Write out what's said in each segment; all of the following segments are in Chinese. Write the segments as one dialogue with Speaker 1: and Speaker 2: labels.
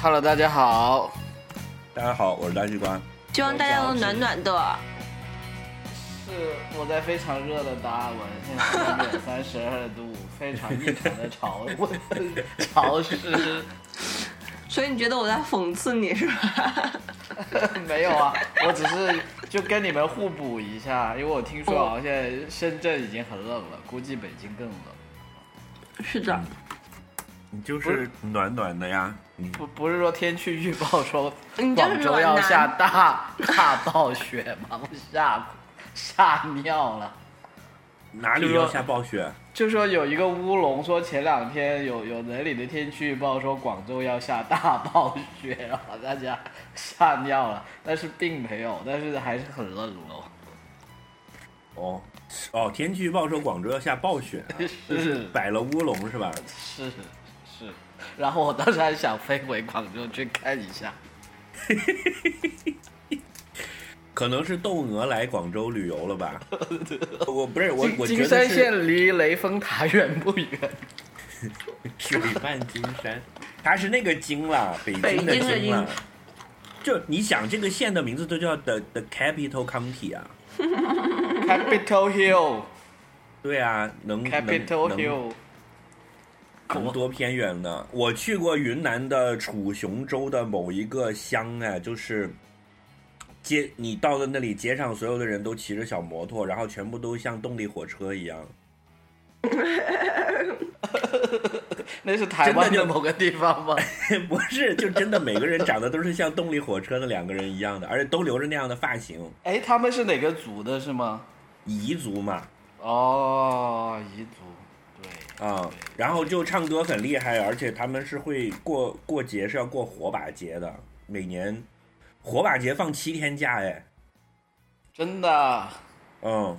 Speaker 1: Hello，大家好，
Speaker 2: 大家好，我是大西瓜。
Speaker 3: 希望大家都暖暖的。
Speaker 1: 是我在非常热的达尔文，现在零点三十二度， 非常异常的潮温潮湿。
Speaker 3: 所以你觉得我在讽刺你是 吧？
Speaker 1: 没有啊，我只是就跟你们互补一下，因为我听说好像现在深圳已经很冷了，估计北京更冷。
Speaker 3: 是的，
Speaker 2: 你就是暖暖的呀，你
Speaker 1: 不不是说天气预报说
Speaker 3: 你嗯就是
Speaker 1: 广州要
Speaker 3: 暖男
Speaker 1: 下大大暴雪吗？我吓吓尿了。
Speaker 2: 哪里要下暴雪？
Speaker 1: 就说有一个乌龙说前两天有有哪里的天气预报说广州要下大暴雪，然后大家 吓尿了，但是并没有，但是还是很冷哦。
Speaker 2: 哦哦，天气预报说广州要下暴雪，啊
Speaker 1: 是
Speaker 2: 摆了乌龙是吧？
Speaker 1: 是是，然后我当时还想飞回广州去看一下，
Speaker 2: 可能是窦娥来广州旅游了吧？我不是我，我
Speaker 1: 金
Speaker 2: 觉
Speaker 1: 山
Speaker 2: 得是
Speaker 1: 县离雷峰塔远不 远？
Speaker 2: 水漫金山，它是那个京啦，北
Speaker 3: 北
Speaker 2: 京的
Speaker 3: 京的
Speaker 2: 京啦
Speaker 3: 京。
Speaker 2: 就你想，这个县的名字都叫 the the capital county 啊，
Speaker 1: Capitol Hill，Capitol
Speaker 2: 对啊，能能能
Speaker 1: Hill，
Speaker 2: 能多偏远呢？我去过云南的楚雄州的某一个乡，哎，就是街，你到了那里，街上所有的人都骑着小摩托，然后全部都像动力火车一样，
Speaker 1: 那是台湾的
Speaker 2: 真的就
Speaker 1: 某个地方吗？
Speaker 2: 不是，就真的每个人长得都是像动力火车的两个人一样的，而且都留着那样的发型，
Speaker 1: 哎，他们是哪个族的，是吗？
Speaker 2: 彝族嘛，
Speaker 1: 哦，彝族，对。
Speaker 2: 啊、然后就唱歌很厉害，而且他们是会过过节是要过火把节的，每年火把节放七天假，哎，
Speaker 1: 真的
Speaker 2: 嗯，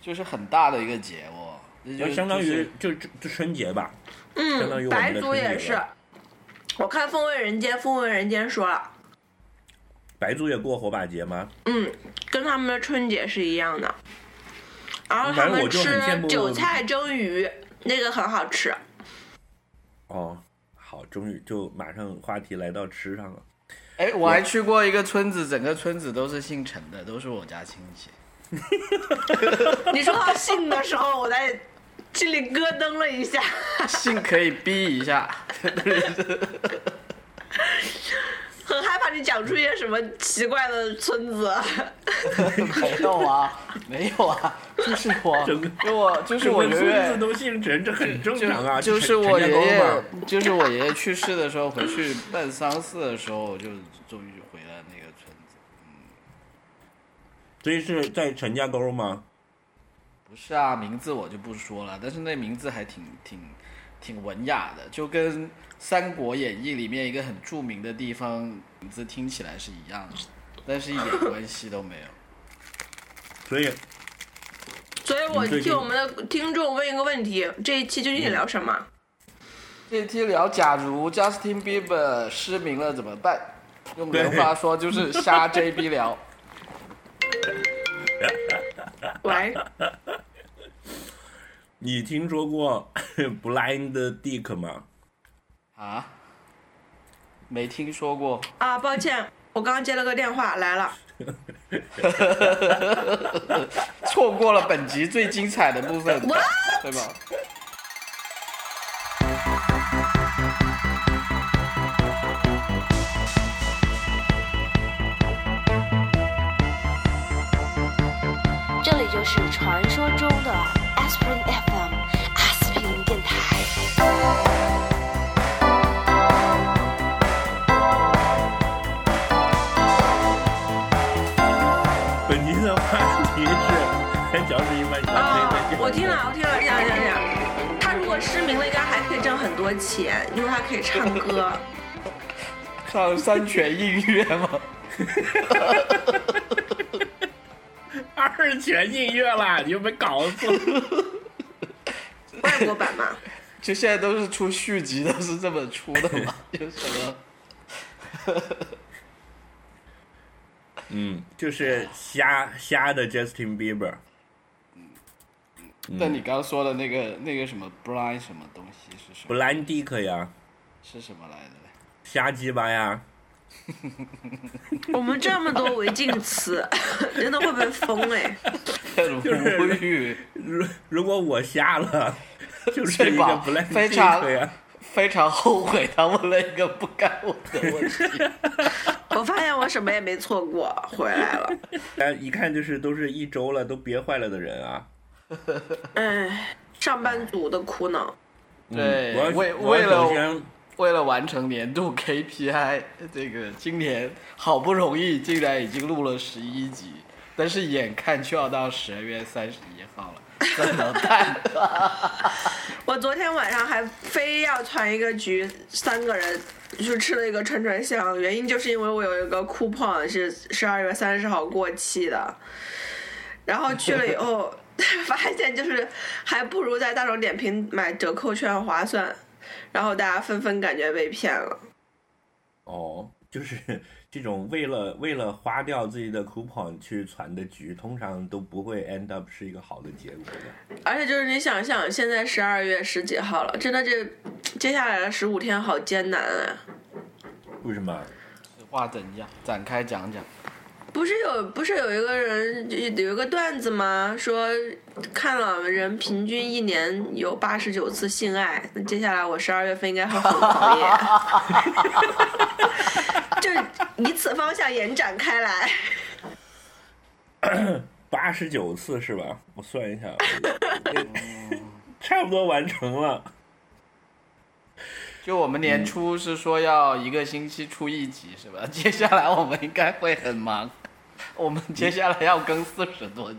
Speaker 1: 就是很大的一个节哦，那
Speaker 2: 就
Speaker 1: 就
Speaker 2: 相当于
Speaker 1: 是
Speaker 2: 就就就春节吧，相当于
Speaker 3: 嗯，
Speaker 2: 我们的
Speaker 3: 白族也
Speaker 2: 春节
Speaker 3: 是
Speaker 2: 了。
Speaker 3: 我看《风味人间》，《风味人间》说了，
Speaker 2: 白族也过火把节吗？
Speaker 3: 嗯，跟他们的春节是一样的。然后他
Speaker 2: 反正我
Speaker 3: 们
Speaker 2: 就
Speaker 3: 吃
Speaker 2: 很羡慕
Speaker 3: 韭菜蒸鱼，那个很好吃。
Speaker 2: 哦，好，终于就马上话题来到吃上了。
Speaker 1: 哎，我还去过一个村子，整个村子都是姓陈的，都是我家亲戚。
Speaker 3: 你说到性的时候，我在心里咯噔了一下。
Speaker 1: 姓可以逼一 下，
Speaker 3: 很害怕你讲出一些什么奇怪的村子，
Speaker 1: 没有啊，没有啊，就是我，
Speaker 2: 整个
Speaker 1: 就我，就是我
Speaker 2: 整个
Speaker 1: 爷
Speaker 2: 村
Speaker 1: 爷
Speaker 2: 子，都姓陈，这很正常啊。
Speaker 1: 就就
Speaker 2: 这
Speaker 1: 是
Speaker 2: 陈
Speaker 1: 我爷
Speaker 2: 陈家沟
Speaker 1: 爷
Speaker 2: 嘛，
Speaker 1: 就是我爷爷去世的时候，回去办丧事的时候，我就终于回了那个村子。
Speaker 2: 所以是在陈家沟吗？
Speaker 1: 不是啊，名字我就不说了，但是那名字还挺挺挺文雅的，就跟《三国演义》里面一个很著名的地方名字听起来是一样的，但是一点关系都没有。
Speaker 2: 所以
Speaker 3: 所以我
Speaker 2: 你最近
Speaker 3: 替我们的听众问一个问题：这一期究竟聊什么？
Speaker 1: 这期聊，假如 Justin Bieber 失明了怎么办？用
Speaker 2: 对
Speaker 1: 原话说就是瞎 JB 聊。
Speaker 3: 喂，
Speaker 2: 你听说过 Blind Dick 吗？
Speaker 1: 啊，没听说过。
Speaker 3: 啊，抱歉，我刚刚接了个电话，来了。
Speaker 1: 错过了本集最精彩的部分，对吧？
Speaker 4: 这里就是传说中的 Aspirin FM 阿司匹林电台。
Speaker 2: 本期的话题是脚趾一般小
Speaker 3: 啊
Speaker 2: 腿在，
Speaker 3: 我听了，我听了，这样这样这样。他如果失明了，应该还可以挣很多钱，因为他可以唱歌。
Speaker 1: 上三泉映月吗？
Speaker 2: 二泉映月啦，你有没有搞错？
Speaker 3: 外国版嘛，
Speaker 1: 就现在都是出续集，都是这么出的 嘛？有什么？
Speaker 2: 嗯， 就是瞎瞎的 Justin Bieber。嗯
Speaker 1: 那你刚刚说的那个那个什么 blind 什么东西是什么？
Speaker 2: Blind Dick 呀，
Speaker 1: 是什么来的？
Speaker 2: 瞎鸡巴呀！
Speaker 3: 我们这么多违禁词， 真的会被封哎！
Speaker 1: 如玉
Speaker 2: 如如果我瞎 了，就是一
Speaker 1: 翠
Speaker 2: 个
Speaker 1: 宝
Speaker 2: black
Speaker 1: 非常
Speaker 2: dick 呀。
Speaker 1: 非常后悔他问了一个不该问的问题。
Speaker 3: 我发现我什么也没错过，回来了。
Speaker 2: 但一看就是都是一周了都憋坏了的人啊。
Speaker 3: 哎，上班族的苦恼。
Speaker 1: 对
Speaker 2: 嗯我要
Speaker 1: 为
Speaker 2: 我要
Speaker 1: 为了
Speaker 2: 首先
Speaker 1: 为了完成年度 KPI，这个今年好不容易竟然已经录了十一集，但是眼看就要到十二月三十一号了，怎么办？
Speaker 3: 我昨天晚上还非要传一个局，三个人去吃了一个串串香，原因就是因为我有一个 coupon 是十二月三十号过期的，然后去了以后 发现就是还不如在大众点评买折扣券划算，然后大家纷纷感觉被骗了。
Speaker 2: 哦，就是这种为了为了花掉自己的 coupon 去攒的局，通常都不会 end up 是一个好的结果的。
Speaker 3: 而且就是你想想，现在十二月十几号了，真的这接下来的十五天好艰难啊！
Speaker 2: 为什么？
Speaker 1: 话怎样？展开讲讲。
Speaker 3: 不是有不是有一个人有有一个段子吗？说看了人平均一年有八十九次性爱，那接下来我十二月份应该会很熬夜。 就以此方向延展开来，
Speaker 2: 八十九次是吧？我算 一下，差不多完成了。
Speaker 1: 就我们年初是说要一个星期出一集是吧？ 接下来我们应该会很忙， 我们接下来要更四十多集。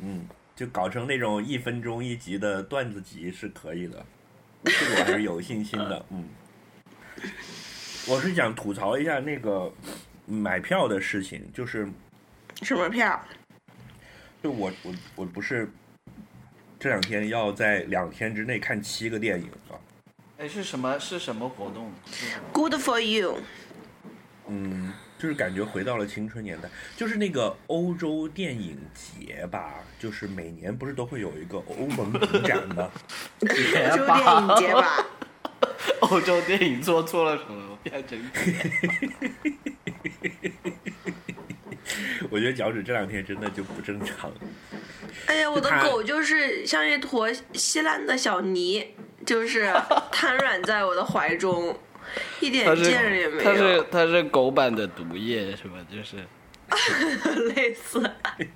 Speaker 2: 嗯，就搞成那种一分钟一集的段子集是可以的，这个我还是有信心的。嗯，我是想吐槽一下那个买票的事情，就是
Speaker 3: 什么票？
Speaker 2: 就我我我不是这两天要在两天之内看七个电影啊，
Speaker 1: 哎，是什么是什么活动？
Speaker 3: Good for you！
Speaker 2: 嗯，就是感觉回到了青春年代，就是那个欧洲电影节吧，就是每年不是都会有一个欧盟影展吗？
Speaker 1: 别
Speaker 3: 欧洲电
Speaker 1: 吧
Speaker 3: 影节吧，
Speaker 1: 欧洲电影做错了什么？变 成
Speaker 2: 我觉得脚趾这两天真的就不正常。
Speaker 3: 哎呀，我的
Speaker 2: 就它
Speaker 3: 狗就是像一坨稀烂的小泥，就是瘫软在我的怀中，一点
Speaker 1: 它
Speaker 3: 劲儿也没
Speaker 1: 是
Speaker 3: 有。
Speaker 1: 它是它是狗版的毒液是吧？就是
Speaker 3: 类似，啊明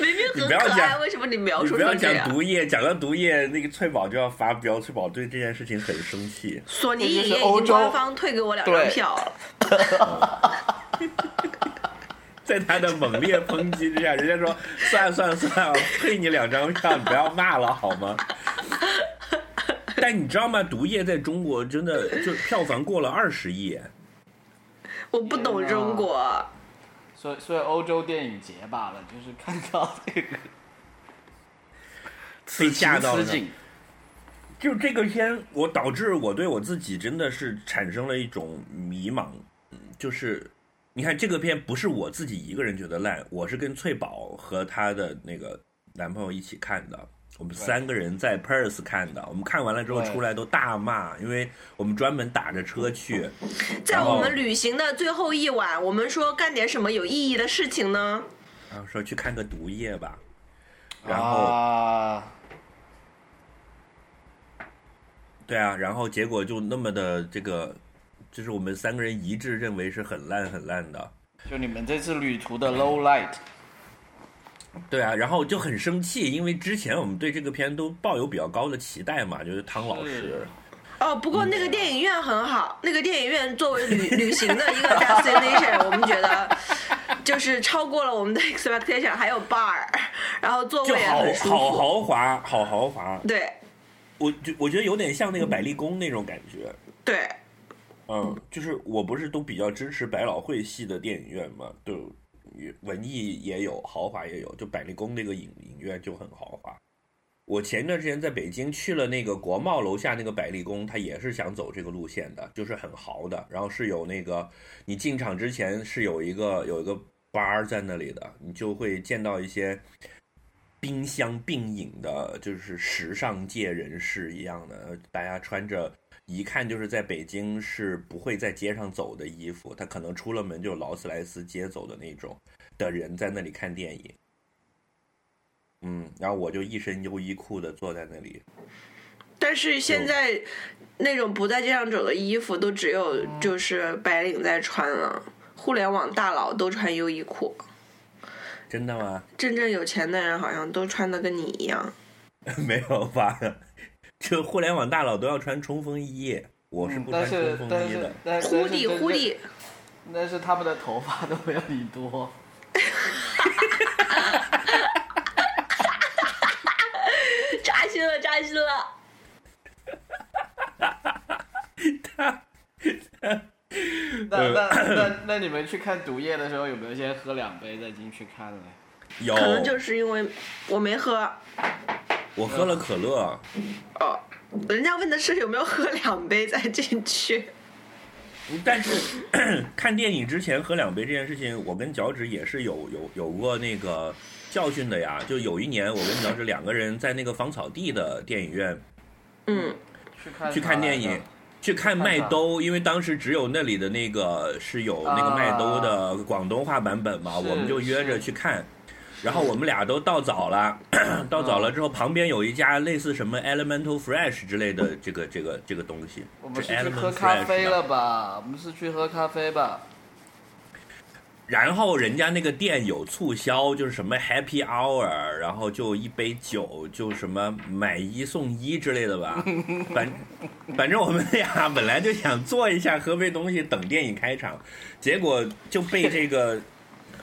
Speaker 3: 明
Speaker 2: 你
Speaker 3: 很
Speaker 2: 不要
Speaker 3: 可爱，
Speaker 2: 讲
Speaker 3: 为什么你描
Speaker 2: 你
Speaker 3: 述
Speaker 2: 不要
Speaker 3: 成这
Speaker 2: 讲
Speaker 3: 样？
Speaker 2: 毒液，讲到毒液，那个翠宝就要发飙，翠宝对这件事情很生气。
Speaker 3: 索尼
Speaker 1: 这
Speaker 3: 影
Speaker 1: 就
Speaker 3: 业
Speaker 1: 是欧
Speaker 3: 已经
Speaker 1: 洲
Speaker 3: 官方退给我两张
Speaker 1: 对
Speaker 3: 票了，
Speaker 2: 在他的猛烈抨击之下，人家说：“算了算了算了，我退你两张票，你不要骂了好吗？”但你知道吗？毒液在中国真的就票房过了二十亿，
Speaker 3: 我不懂
Speaker 1: 天哪
Speaker 3: 中国。
Speaker 1: 所以所以欧洲电影节罢了，就是看到这个
Speaker 2: 被
Speaker 1: 此
Speaker 2: 吓
Speaker 1: 情
Speaker 2: 到
Speaker 1: 此
Speaker 2: 了。
Speaker 1: 景，
Speaker 2: 就这个片，我导致我对我自己真的是产生了一种迷茫，嗯就是你看这个片不是我自己一个人觉得烂，我是跟翠宝和她的那个男朋友一起看的，我们三个人在 Perth 看的，我们看完了之后
Speaker 1: 对
Speaker 2: 出来都大骂，因为我们专门打着车去，
Speaker 3: 在
Speaker 2: 然后
Speaker 3: 我们旅行的最后一晚，我们说干点什么有意义的事情呢？
Speaker 2: 然后说去看个毒液吧，然后。
Speaker 1: 啊
Speaker 2: 对啊，然后结果就那么的这个，就是我们三个人一致认为是很烂很烂的。
Speaker 1: 就你们这次旅途的 low light，
Speaker 2: 对啊，然后就很生气，因为之前我们对这个片都抱有比较高的期待嘛，就是汤老师
Speaker 1: 是，
Speaker 3: 哦，不
Speaker 2: 嗯
Speaker 3: 过那个电影院很好，那个电影院作为旅旅行的一个 destination，我们觉得就是超过了我们的 expectation，还有 bar，然后座
Speaker 2: 就
Speaker 3: 位也
Speaker 2: 好
Speaker 3: 啊很舒
Speaker 2: 好
Speaker 3: 服。
Speaker 2: 豪华，好豪华。
Speaker 3: 对
Speaker 2: 我就我觉得有点像那个百丽宫那种感觉。
Speaker 3: 对，
Speaker 2: 嗯，就是我不是都比较支持百老汇系的电影院嘛，就文艺也有，豪华也有，就百丽宫那个影影院就很豪华。我前一段时间在北京去了那个国贸楼下那个百丽宫，它也是想走这个路线的，就是很豪的。然后是有那个你进场之前是有一个有一个 bar 在那里的，你就会见到一些冰箱并影的，就是时尚界人士一样的，大家穿着一看就是在北京是不会在街上走的衣服，他可能出了门就有劳斯莱斯街走的那种的人在那里看电影。嗯，然后我就一身优衣库的坐在那里，
Speaker 3: 但是现在那种不在街上走的衣服，都只有就是白领在穿了，互联网大佬都穿优衣库，
Speaker 2: 真的吗？
Speaker 3: 真正有钱的人好像都穿的跟你一样。
Speaker 2: 没有吧？ 就互联网大佬都要穿冲锋衣，我是
Speaker 1: 嗯
Speaker 2: 不
Speaker 1: 但
Speaker 2: 穿
Speaker 1: 是
Speaker 2: 冲锋
Speaker 1: 但
Speaker 2: 衣
Speaker 1: 是
Speaker 2: 的。
Speaker 1: 但是
Speaker 3: 忽地忽，
Speaker 1: 但是
Speaker 3: 地，
Speaker 1: 但是他们的头发都没有你多。
Speaker 3: 扎心了扎心了。
Speaker 1: 那那那那你们去看《毒液》的时候，有没有先喝两杯再进去看的呢？
Speaker 2: 有，
Speaker 3: 可能就是因为我没喝，
Speaker 2: 我喝了可乐，
Speaker 3: 哦，人家问的是有没有喝两杯再进去。
Speaker 2: 但是 看电影之前喝两杯这件事情，我跟脚趾也是有有有过那个教训的呀。就有一年，我跟脚趾两个人在那个芳草地的电影院
Speaker 3: 嗯，
Speaker 1: 去看
Speaker 2: 去
Speaker 1: 啥
Speaker 2: 看电
Speaker 1: 来
Speaker 2: 影
Speaker 1: 着，
Speaker 2: 去看麦兜，因为当时只有那里的那个是有那个麦兜的广东话版本嘛，
Speaker 1: 啊是
Speaker 2: 我们就约着
Speaker 1: 是
Speaker 2: 去看。然后我们俩都到早了， 到早
Speaker 1: 嗯
Speaker 2: 了之后，旁边有一家类似什么 Elemental Fresh 之类的这个这个这个东西，
Speaker 1: 我们
Speaker 2: 是
Speaker 1: 是去
Speaker 2: Element
Speaker 1: 喝
Speaker 2: Fresh
Speaker 1: 咖
Speaker 2: 的
Speaker 1: 啡了吧？我们是去喝咖啡吧？
Speaker 2: 然后人家那个店有促销，就是什么 Happy Hour，然后就一杯酒，就什么买一送一之类的吧。反反正我们俩本来就想坐一下喝杯东西等电影开场，结果就被这个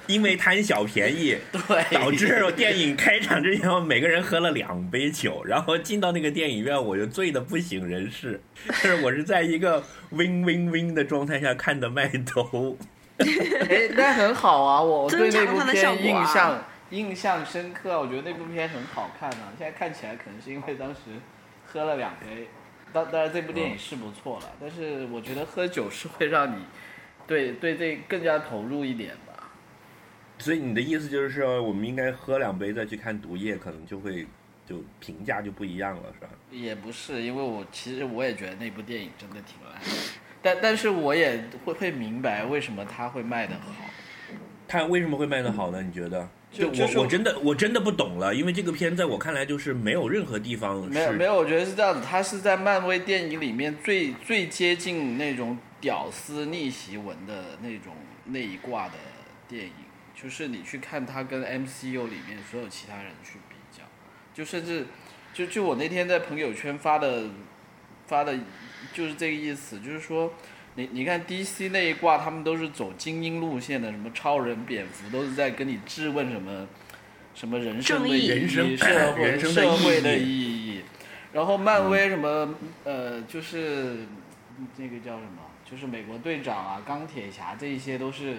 Speaker 2: 因为贪小便宜，
Speaker 1: 对，
Speaker 2: 导致我电影开场之前我每个人喝了两杯酒，然后进到那个电影院我就醉得不省人事。但是我是在一个 win win win 的状态下看的麦兜。
Speaker 1: 哎，那很好啊！我我对
Speaker 3: 增
Speaker 1: 那
Speaker 3: 强它
Speaker 1: 部
Speaker 3: 的效
Speaker 1: 片
Speaker 3: 果
Speaker 1: 印
Speaker 3: 啊
Speaker 1: 象、印象深刻，我觉得那部片很好看啊。现在看起来可能是因为当时喝了两杯，当当然这部电影是不错了，但是我觉得喝酒是会让你对对这更加投入一点吧。
Speaker 2: 所以你的意思就是说，我们应该喝两杯再去看《毒液》，可能就会就评价就不一样了，是吧？
Speaker 1: 也不是，因为我其实我也觉得那部电影真的挺烂的，但但是我也会会明白为什么它会卖得好。
Speaker 2: 它为什么会卖得好呢？你觉得？
Speaker 1: 就
Speaker 2: 我、
Speaker 1: 就是
Speaker 2: 我真的我真的不懂了，因为这个片在我看来就是没有任何地方是
Speaker 1: 没有没有，我觉得是这样子，他是在漫威电影里面最最接近那种屌丝逆袭文的那种那一挂的电影，就是你去看他跟 MCU 里面所有其他人去比较，就甚至就就我那天在朋友圈发的发的，就是这个意思，就是说。你你看 DC 那一挂，他们都是走精英路线的，什么超人、蝙蝠，都是在跟你质问什么什么人生
Speaker 3: 正
Speaker 1: 的意
Speaker 3: 义
Speaker 1: 义、
Speaker 2: 人生
Speaker 1: 社会
Speaker 2: 人生的
Speaker 1: 社会的
Speaker 2: 意嗯
Speaker 1: 意义。然后漫威什么、呃，就是那个叫什么，就是美国队长啊、钢铁侠这一些都是，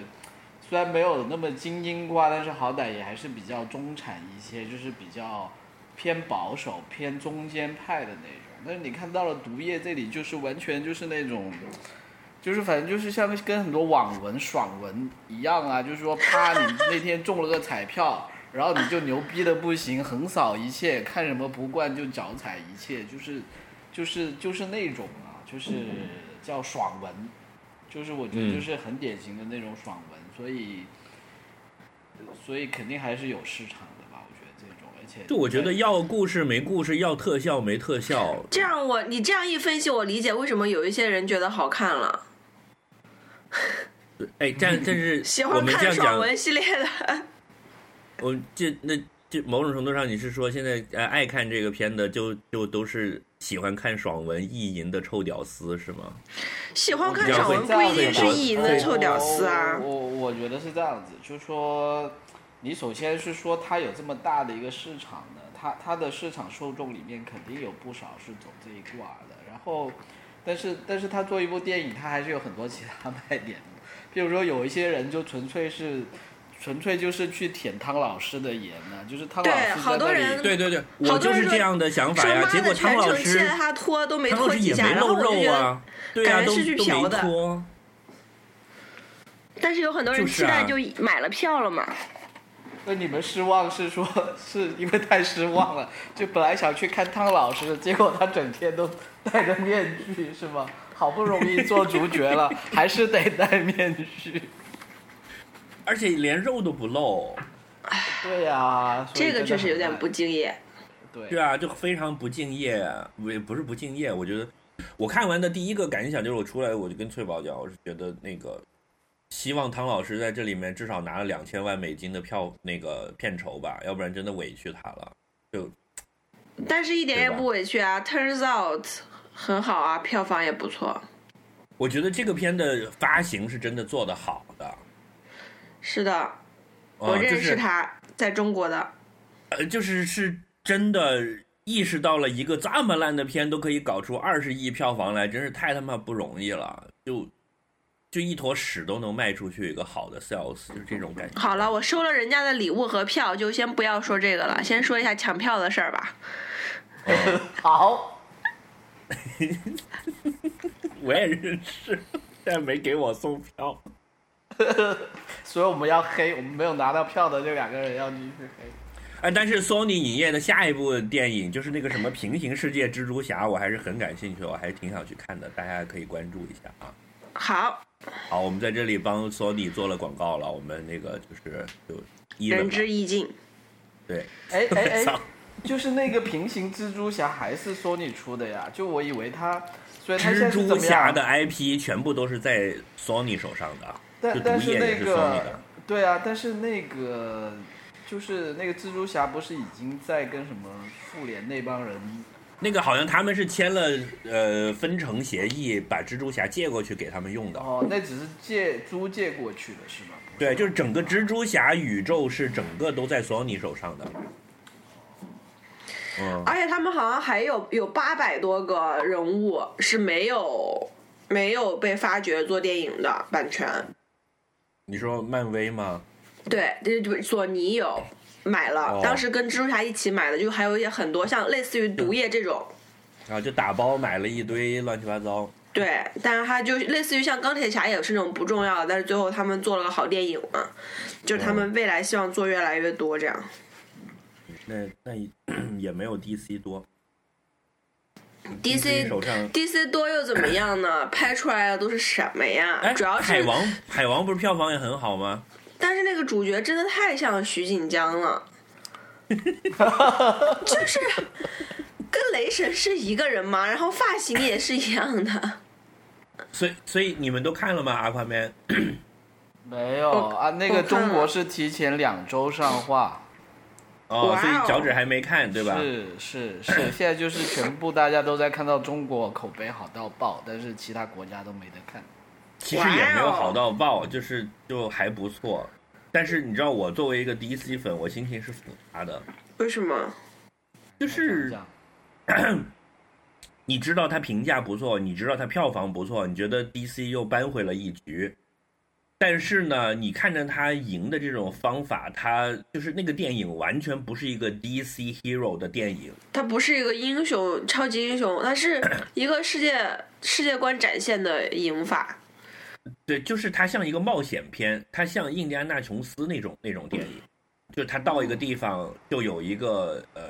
Speaker 1: 虽然没有那么精英挂，但是好歹也还是比较中产一些，就是比较偏保守、偏中间派的那种。但是你看到了毒液这里，就是完全就是那种。就是反正就是像跟很多网文、爽文一样啊，就是说，啪，你那天中了个彩票，然后你就牛逼的不行，横扫一切，看什么不惯就脚踩一切，就是，就是就是那种啊，就是叫爽文，就是我觉得
Speaker 2: 嗯
Speaker 1: 就是很典型的那种爽文，所以，所以肯定还是有市场的吧，我觉得这种，而且
Speaker 2: 就我觉得
Speaker 1: 对
Speaker 2: 要故事没故事，要特效没特效，
Speaker 3: 这样我你这样一分析，我理解为什么有一些人觉得好看了，
Speaker 2: 哎，但但是
Speaker 3: 喜
Speaker 2: 我
Speaker 3: 欢
Speaker 2: 们这
Speaker 3: 看
Speaker 2: 样
Speaker 3: 爽
Speaker 2: 讲，
Speaker 3: 文系列的。
Speaker 2: 我这那这某种程度上，你是说现在呃爱看这个片的就就都是喜欢看爽文意淫的臭屌丝是吗？
Speaker 3: 喜欢看
Speaker 2: 这样
Speaker 3: 爽文
Speaker 2: 会
Speaker 3: 不一定是意淫的臭屌丝啊
Speaker 1: 我。我我觉得是这样子，就说你首先是说它有这么大的一个市场的，它它的市场受众里面肯定有不少是走这一挂的，然后，但是但是它做一部电影，它还是有很多其他卖点的，比如说有一些人就纯粹是。纯粹就是去舔汤老师的颜呢，就是汤
Speaker 3: 对
Speaker 1: 老师在
Speaker 3: 好多
Speaker 1: 那里
Speaker 3: 人
Speaker 2: 对对对，我
Speaker 3: 好多
Speaker 2: 就
Speaker 3: 人
Speaker 2: 是
Speaker 3: 说
Speaker 2: 这样的想法
Speaker 3: 说
Speaker 2: 呀。
Speaker 3: 妈
Speaker 2: 结果
Speaker 3: 的，
Speaker 2: 汤
Speaker 3: 全
Speaker 2: 老
Speaker 3: 程
Speaker 2: 师
Speaker 3: 气得他脱都没
Speaker 2: 汤老
Speaker 3: 脱
Speaker 2: 师
Speaker 3: 几
Speaker 2: 也
Speaker 3: 下，
Speaker 2: 没
Speaker 3: 然后
Speaker 2: 露
Speaker 3: 我就
Speaker 2: 肉
Speaker 3: 觉得，
Speaker 2: 啊，对啊，
Speaker 3: 感觉
Speaker 2: 都
Speaker 3: 是去
Speaker 2: 都
Speaker 3: 嫖
Speaker 2: 没
Speaker 3: 的
Speaker 2: 脱。
Speaker 3: 但是有很多人
Speaker 2: 就是
Speaker 3: 期
Speaker 2: 啊
Speaker 3: 待就买了票了嘛。
Speaker 1: 那你们失望是说 是因为太失望了，就本来想去看汤老师的， 结果他整天都戴着面具，是吗？好不容易做主角 了，还是得戴面具。
Speaker 2: 而且连肉都不露，
Speaker 1: 对呀、所以
Speaker 3: 这个
Speaker 1: 真的
Speaker 3: 确实
Speaker 1: 很
Speaker 3: 有点
Speaker 1: 烂
Speaker 3: 不敬业。
Speaker 1: 对
Speaker 2: 对啊，就非常不敬业，不不是不敬业，我觉得我看完的第一个感想就是我出来我就跟翠宝讲，我是觉得那个希望汤老师在这里面至少拿了两千万美金的票那个片酬吧，要不然真的委屈他了。
Speaker 3: 但是一点也
Speaker 2: 对吧
Speaker 3: 不委屈啊，Turns out 很好啊，票房也不错。
Speaker 2: 我觉得这个片的发行是真的做得好的，
Speaker 3: 是的，
Speaker 2: 呃
Speaker 3: 我认
Speaker 2: 就
Speaker 3: 识
Speaker 2: 是
Speaker 3: 他，在中国的。
Speaker 2: 呃，就是是真的意识到了一个这么烂的片都可以搞出二十亿票房来，真是太他妈不容易了，就。就一坨屎都能卖出去一个好的 sales，就是这种感觉。
Speaker 3: 好了，我收了人家的礼物和票，就先不要说这个了，先说一下抢票的事儿吧。
Speaker 2: 嗯
Speaker 1: 好，
Speaker 2: 我也认识，但没给我送票。
Speaker 1: 所以我们要黑，我们没有拿到票的这两个人要继续黑。
Speaker 2: 哎，但是 Sony 影业的下一部电影就是那个什么《平行世界蜘蛛侠》，我还是很感兴趣，我还是挺想去看的，大家可以关注一下啊。
Speaker 3: 好，
Speaker 2: 好，我们在这里帮 Sony 做了广告了，我们那个就是就一了
Speaker 3: 仁
Speaker 2: 嘛
Speaker 3: 至义尽。
Speaker 2: 对，
Speaker 1: 哎 哎 哎
Speaker 2: 操，
Speaker 1: 就是那个平行蜘蛛侠还是索尼出的呀？就我以为他，虽然他现在
Speaker 2: 蜘
Speaker 1: 是怎
Speaker 2: 蛛
Speaker 1: 么
Speaker 2: 侠
Speaker 1: 样
Speaker 2: 的 IP 全部都是在 Sony 手上的啊，
Speaker 1: 但
Speaker 2: 就
Speaker 1: 但
Speaker 2: 毒
Speaker 1: 是
Speaker 2: 液也
Speaker 1: 那
Speaker 2: 是 Sony
Speaker 1: 个
Speaker 2: 的。，
Speaker 1: 对啊，但是那个就是那个蜘蛛侠不是已经在跟什么复联那帮人？
Speaker 2: 那个好像他们是签了呃分成协议，把蜘蛛侠借过去给他们用的。
Speaker 1: 哦，那只是借租借过去的是吗？
Speaker 2: 对，就是整个蜘蛛侠宇宙是整个都在索尼手上的。嗯，
Speaker 1: 啊
Speaker 3: 而且他们好像还有有八百多个人物是没有没有被发掘做电影的版权。
Speaker 2: 你说漫威吗？
Speaker 3: 对，这就索尼有买了，
Speaker 2: 哦
Speaker 3: 当时跟蜘蛛侠一起买的，就还有一些很多像类似于毒液这种。
Speaker 2: 嗯然后啊就打包买了一堆乱七八糟。
Speaker 3: 对，但是它就类似于像钢铁侠也是那种不重要的，但是最后他们做了个好电影嘛，就是他们未来希望做越来越多这样。
Speaker 2: 哦那那也 也没有 DC 多
Speaker 3: DC
Speaker 2: 手上。
Speaker 3: DC 多又怎么样 呢？拍出来的都是什么呀？
Speaker 2: 哎，
Speaker 3: 主要
Speaker 2: 海
Speaker 3: 是，
Speaker 2: 王，海王不是票房也很好吗？
Speaker 3: 但是那个主角真的太像徐锦江 了，就是跟雷神是一个人嘛，然后发型也是一样的。
Speaker 2: 所以所以你们都看了吗？阿夸 man
Speaker 1: 没有
Speaker 3: 我
Speaker 1: 啊，那个
Speaker 3: 我看
Speaker 1: 中国
Speaker 3: 了
Speaker 1: 是提前两周上画。
Speaker 3: 哇
Speaker 2: 哦
Speaker 3: 哦，
Speaker 2: 所以脚趾还没看对吧？
Speaker 1: 是是是，现在就是全部大家都在看到中国口碑好到爆，但是其他国家都没得看。
Speaker 2: 其实也没有好到爆，就是就还不错。但是你知道，我作为一个 DC 粉，我心情是复杂的，
Speaker 3: 为什么？
Speaker 1: 这
Speaker 2: 就是
Speaker 1: 样
Speaker 2: 你知道它评价不错，你知道它票房不错，你觉得 DC 又扳回了一局，但是呢，你看着它赢的这种方法，它就是那个电影完全不是一个 DC hero 的电影，
Speaker 3: 他不是一个英雄，超级英雄，他 是一个世界世界观展现的赢法。
Speaker 2: 对，就是它像一个冒险片，它像印第安纳琼斯那种那种电影，就它到一个地方就有一个呃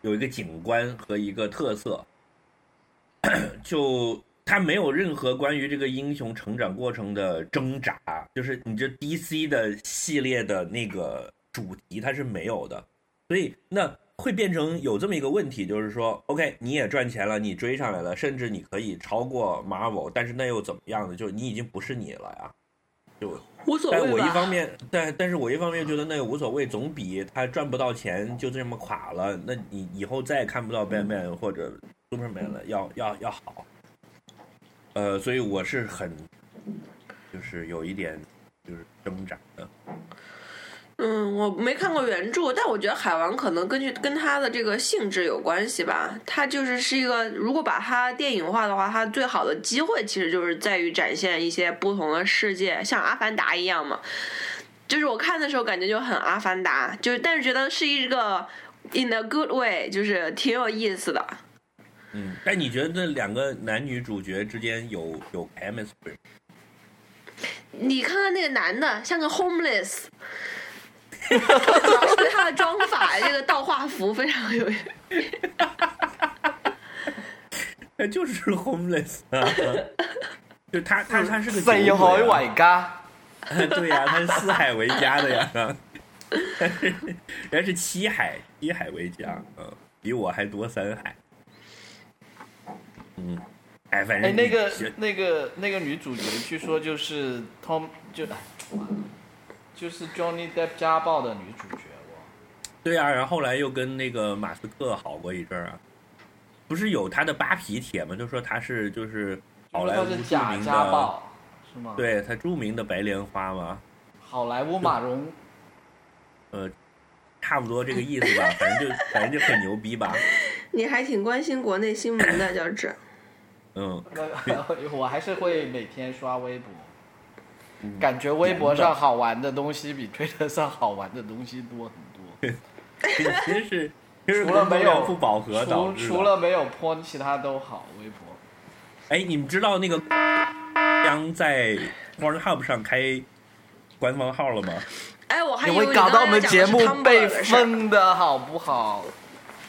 Speaker 2: 有一个景观和一个特色， 就它没有任何关于这个英雄成长过程的挣扎，就是你这 DC 的系列的那个主题它是没有的，所以那会变成有这么一个问题，就是说，OK，你也赚钱了，你追上来了，甚至你可以超过 Marvel，但是那又怎么样呢？就你已经不是你了呀。就，
Speaker 3: 无所
Speaker 2: 但
Speaker 3: 谓
Speaker 2: 哎我一方
Speaker 3: 吧，
Speaker 2: 面，但但是我一方面觉得那也无所谓，总比他赚不到钱就这么垮了，那你以后再也看不
Speaker 3: 嗯
Speaker 2: 到 Batman 或者 Superman 了，要要要好。呃，所以我是很，就是有一点就是挣扎的。
Speaker 3: 嗯，我没看过原著，但我觉得海王可能根据跟他的这个性质有关系吧。他就是是一个，如果把它电影化的话，它最好的机会其实就是在于展现一些不同的世界，像《阿凡达》一样嘛。就是我看的时候感觉就很《阿凡达》，就是但是觉得是一个 in a good way，就是挺有意思的。
Speaker 2: 嗯，但你觉得那两个男女主角之间有有 chemistry
Speaker 3: 你看看那个男的，像个 homeless，
Speaker 5: 老师对他的妆法，这个倒画幅非常有。
Speaker 2: 哎，就是 homeless 啊， 就他他他是个
Speaker 1: 四
Speaker 2: 酒
Speaker 1: 海
Speaker 2: 鬼啊
Speaker 1: 为家，
Speaker 2: 对呀、他是四海为家的呀，人家是七海，七海为家，嗯，比我还多三海。嗯，哎，反正
Speaker 1: 哎，那个
Speaker 2: 你
Speaker 1: 那个那个女主角据说就是 Tom 就哎就是 Johnny Depp 家暴的女主角哦，
Speaker 2: 对啊，然后后来又跟那个马斯克好过一阵儿啊，不是有他的扒皮帖吗？就说他是就是好莱
Speaker 1: 她
Speaker 2: 坞
Speaker 1: 是
Speaker 2: 著
Speaker 1: 假
Speaker 2: 名
Speaker 1: 家
Speaker 2: 的，
Speaker 1: 暴是吗？，
Speaker 2: 对他著名的白莲花嘛，
Speaker 1: 好莱坞马蓉
Speaker 2: 呃，差不多这个意思吧，反正就反正就很牛逼吧，
Speaker 3: 你还挺关心国内新闻的，脚趾。
Speaker 2: 嗯。
Speaker 1: 那 我还是会每天刷微博，
Speaker 2: 嗯
Speaker 1: 感觉微博上好玩的东西比推特上好玩的东西多很多。
Speaker 2: 其实是，其实
Speaker 1: 除了没有
Speaker 2: 不饱和导
Speaker 1: 除
Speaker 2: 致的
Speaker 1: 除了没有泼，其他都好。微博
Speaker 2: 哎，你们知道那个将在 Pornhub 上开官方号了吗？
Speaker 3: 哎，我还以
Speaker 1: 你
Speaker 3: 为
Speaker 1: 会搞到我
Speaker 3: 刚才
Speaker 1: 们
Speaker 3: 讲
Speaker 1: 节
Speaker 3: 的是
Speaker 1: 目
Speaker 3: Tumblr
Speaker 1: 被
Speaker 3: 的事儿
Speaker 1: 封的好不好？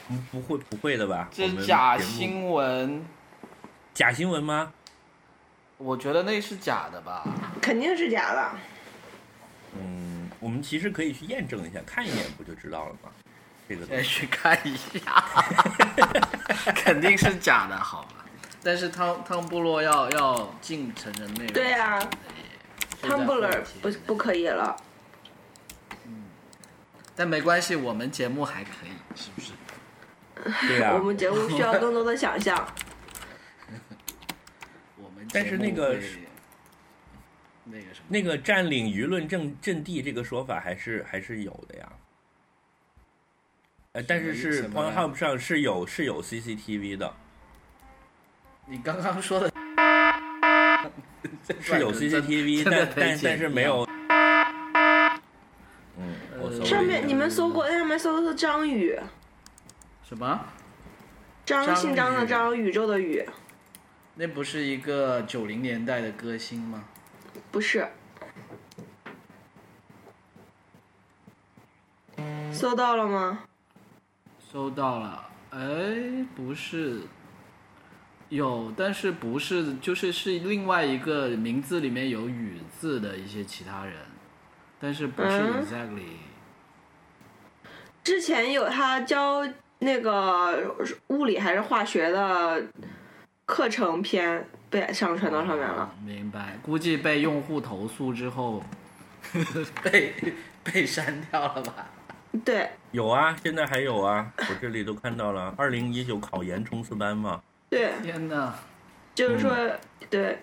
Speaker 2: 嗯不会，不会的吧？
Speaker 1: 这
Speaker 2: 我们
Speaker 1: 是假
Speaker 2: 节目
Speaker 1: 新闻，
Speaker 2: 假新闻吗？
Speaker 1: 我觉得那是假的吧？
Speaker 3: 肯定是假的。
Speaker 2: 嗯，我们其实可以去验证一下，看一眼不就知道了吗？这个东
Speaker 1: 先
Speaker 2: 西
Speaker 1: 去看一下， 肯定是假的，好吧？但是汤汤布洛要要进成人内容，
Speaker 3: 对啊，Tumblr 不不可以了。
Speaker 1: 但没关系，我们节目还可以，是不是？哎
Speaker 2: 对啊呀、
Speaker 3: 我们节目需要更多的想 象。
Speaker 1: 我们
Speaker 2: 但
Speaker 1: 节
Speaker 2: 是
Speaker 1: 目
Speaker 2: 那个
Speaker 1: 会
Speaker 2: 是
Speaker 1: 那个什么，
Speaker 2: 那个占领舆论阵阵地这个说法还是还是有的呀。呃，但是
Speaker 1: 什么意
Speaker 2: 是
Speaker 1: 思
Speaker 2: Pornhub 上是有是有 CCTV 的，
Speaker 1: 你刚刚说的
Speaker 2: 是有 CCTV，
Speaker 1: 真的
Speaker 2: 但
Speaker 1: 赔
Speaker 2: 但
Speaker 1: 钱
Speaker 2: 但是没有。嗯，我搜了一下
Speaker 3: 上面你们搜过，上面搜的是张宇，
Speaker 1: 什么？
Speaker 3: 张
Speaker 1: 张
Speaker 3: 姓张的
Speaker 1: 宇
Speaker 3: 张，宇宙的宇，
Speaker 1: 那不是一个九零年代的歌星吗？
Speaker 3: 不是。搜到了吗？
Speaker 1: 收到了，哎，不是，有，但是不是，就是是另外一个名字里面有“宇”字的一些其他人，但是不是
Speaker 3: 嗯
Speaker 1: exactly，、
Speaker 3: 之前有他教那个物理还是化学的课程篇被上传到上面了。
Speaker 1: 明白，估计被用户投诉之后， 被被删掉了吧？
Speaker 3: 对
Speaker 2: 有啊，现在还有啊，我这里都看到了。二零一九考研冲刺班嘛，
Speaker 3: 对，
Speaker 1: 天哪！
Speaker 3: 就是说、
Speaker 2: 嗯
Speaker 3: 对，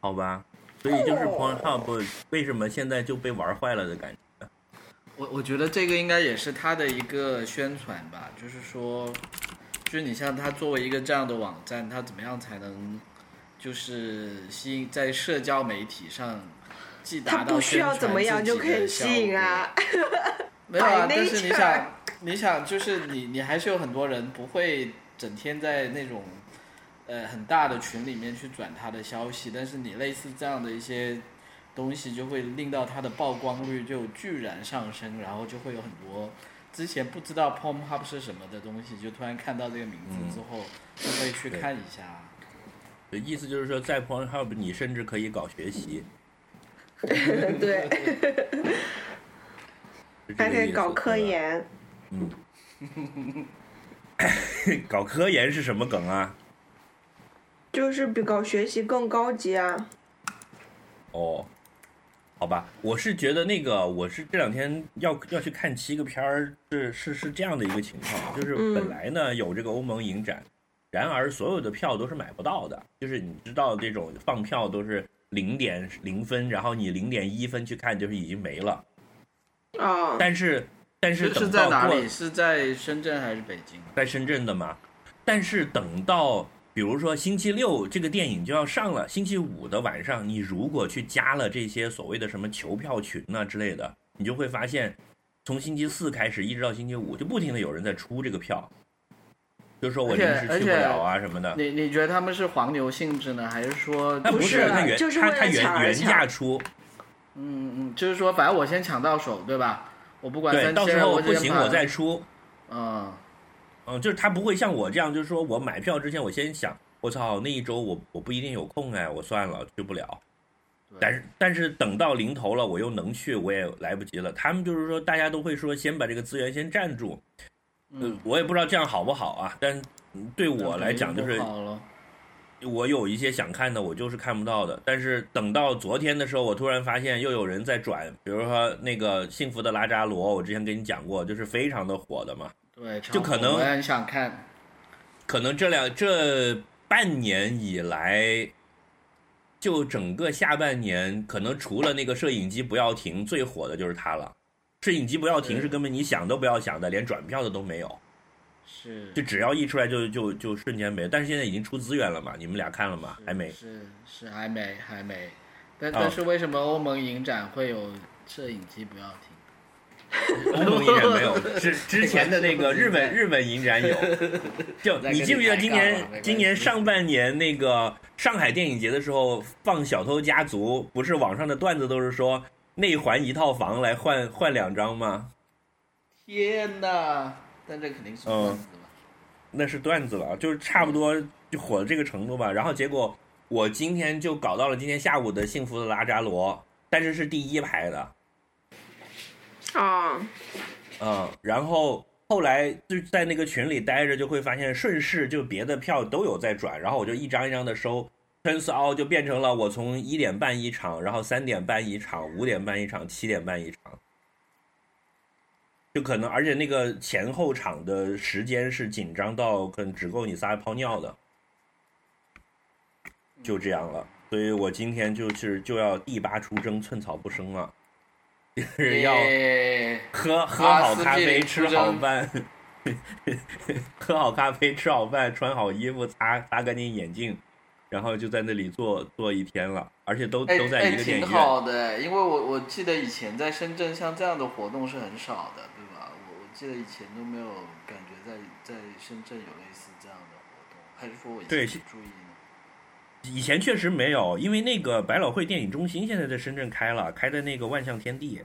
Speaker 2: 好吧，所以就是
Speaker 3: 哦
Speaker 2: Pornhub 为什么现在就被玩坏了的感觉。
Speaker 1: 我我觉得这个应该也是他的一个宣传吧，就是说，就是你像他作为一个这样的网站，他怎么样才能就是吸引在社交媒体上既
Speaker 3: 他
Speaker 1: 达到
Speaker 3: 不需要
Speaker 1: 宣传
Speaker 3: 怎么样
Speaker 1: 自
Speaker 3: 就
Speaker 1: 己
Speaker 3: 可以
Speaker 1: 的效
Speaker 3: 吸引啊。
Speaker 1: 果？没有啊，
Speaker 3: By
Speaker 1: 但是你
Speaker 3: nature
Speaker 1: 想，你想就是你你还是有很多人不会整天在那种呃很大的群里面去转他的消息，但是你类似这样的一些东西就会令到它的曝光率就居然上升，然后就会有很多之前不知道 p o m Hub 是什么的东西，就突然看到这个名
Speaker 3: 嗯
Speaker 1: 字之后，就会去
Speaker 2: 对
Speaker 1: 看一下。
Speaker 2: 意思就是说，在 Pornhub 你甚至可以搞学习，
Speaker 3: 对，
Speaker 2: 是这
Speaker 3: 还
Speaker 2: 个
Speaker 3: 可
Speaker 2: 意
Speaker 3: 以
Speaker 2: 思
Speaker 3: 搞科。
Speaker 2: 对吧
Speaker 3: 研。
Speaker 2: 嗯， 搞科研是什么梗啊？
Speaker 3: 就是比搞学习更高级啊。
Speaker 2: 哦，好吧，我是觉得那个，我是这两天要要去看七个片儿，是是是这样的一个情况，就是
Speaker 3: 嗯
Speaker 2: 本来呢有这个欧盟影展，然而所有的票都是买不到的，就是你知道这种放票都是零点零分，然后你零点一分去看就是已经没了，
Speaker 3: 哦，
Speaker 2: 但是但是
Speaker 1: 是是
Speaker 2: 等
Speaker 1: 在
Speaker 2: 到
Speaker 1: 哪
Speaker 2: 过
Speaker 1: 里？是在深圳还是北京？
Speaker 2: 在深圳的嘛。但是等到比如说星期六这个电影就要上了，星期五的晚上，你如果去加了这些所谓的什么求票群呐、之类的，你就会发现，从星期四开始一直到星期五，就不停的有人在出这个票，就说我临时
Speaker 1: 而
Speaker 2: 去
Speaker 1: 且
Speaker 2: 不了啊什么的。
Speaker 1: 你你觉得他们是黄牛性质呢，还是说
Speaker 2: 他
Speaker 3: 不
Speaker 2: 不
Speaker 3: 是
Speaker 2: 他原
Speaker 3: 就是为
Speaker 2: 他
Speaker 3: 了
Speaker 2: 他原
Speaker 3: 抢而
Speaker 2: 原
Speaker 3: 抢
Speaker 2: 价出，
Speaker 1: 嗯嗯，就是说，反正我先抢到手，对吧？我不管
Speaker 2: 对，
Speaker 1: 三
Speaker 2: 到时
Speaker 1: 千，
Speaker 2: 候
Speaker 1: 我
Speaker 2: 不
Speaker 1: 只
Speaker 2: 行
Speaker 1: 把
Speaker 2: 我再出。
Speaker 1: 嗯
Speaker 2: 嗯，就是他不会像我这样，就是说我买票之前我先想，我操，那一周我我不一定有空哎，我算了，去不了。
Speaker 1: 对
Speaker 2: 但是但是等到临头了，我又能去，我也来不及了。他们就是说，大家都会说先把这个资源先占住。
Speaker 1: 嗯，
Speaker 2: 我也不知道这样好不好啊，但嗯对我来讲，就是
Speaker 1: 那肯定不好了
Speaker 2: 我有一些想看的，我就是看不到的。但是等到昨天的时候，我突然发现又有人在转，比如说那个《幸福的拉扎罗》，我之前跟你讲过，就是非常的火的嘛。
Speaker 1: 对，
Speaker 2: 就可能
Speaker 1: 我也很想看，
Speaker 2: 可能这两这半年以来，就整个下半年，可能除了那个摄影机不要停，最火的就是它了。摄影机不要停
Speaker 1: 对
Speaker 2: 是根本你想都不要想的，连转票的都没有，
Speaker 1: 是
Speaker 2: 就只要一出来就就就瞬间没。但是现在已经出资源了嘛，你们俩看了吗？还没。
Speaker 1: 是是还没还没，但、
Speaker 2: 啊
Speaker 1: 但是为什么欧盟影展会有摄影机不要停？
Speaker 2: 欧盟影展没 有，之之前的那个日 本日本影展有。就你记不记得今
Speaker 1: 在跟你抬杠啊没
Speaker 2: 年
Speaker 1: 关系
Speaker 2: 今年上半年那个上海电影节的时候放《小偷家族》，不是网上的段子都是说内环一套房来换换两张吗？
Speaker 1: 天哪！但这肯定是
Speaker 2: 嗯
Speaker 1: 段子吧？
Speaker 2: 那是段子了，就是差不多就火到这个程度吧。然后结果我今天就搞到了今天下午的《幸福的拉扎罗》，但是是第一排的，
Speaker 3: 啊，
Speaker 2: 嗯，然后后来就在那个群里待着，就会发现顺势就别的票都有在转，然后我就一张一张的收。春丝凹就变成了我从一点半一场，然后三点半一场，五点半一场，七点半一场，就可能而且那个前后场的时间是紧张到可能只够你仨泡尿的，就这样了。所以我今天就是就要第八出征，寸草不生了， 就是要。
Speaker 1: 耶
Speaker 2: 喝喝
Speaker 1: 啊
Speaker 2: 好
Speaker 1: 四
Speaker 2: 咖
Speaker 1: 季
Speaker 2: 啡，
Speaker 1: 里
Speaker 2: 吃
Speaker 1: 出
Speaker 2: 好
Speaker 1: 征
Speaker 2: 饭，喝好咖啡，吃好饭，穿好衣服，擦擦干净眼镜，然后就在那里坐坐一天了，而且都
Speaker 1: 哎
Speaker 2: 都在
Speaker 1: 哎
Speaker 2: 一个
Speaker 1: 挺
Speaker 2: 电影院。
Speaker 1: 好的，因为我我记得以前在深圳像这样的活动是很少的，对吧？我我记得以前都没有感觉在在深圳有类似这样的活动，还是说我以
Speaker 2: 对
Speaker 1: 前不注意呢？
Speaker 2: 以前确实没有，因为那个百老汇电影中心现在在深圳开了，开在那个万象天地。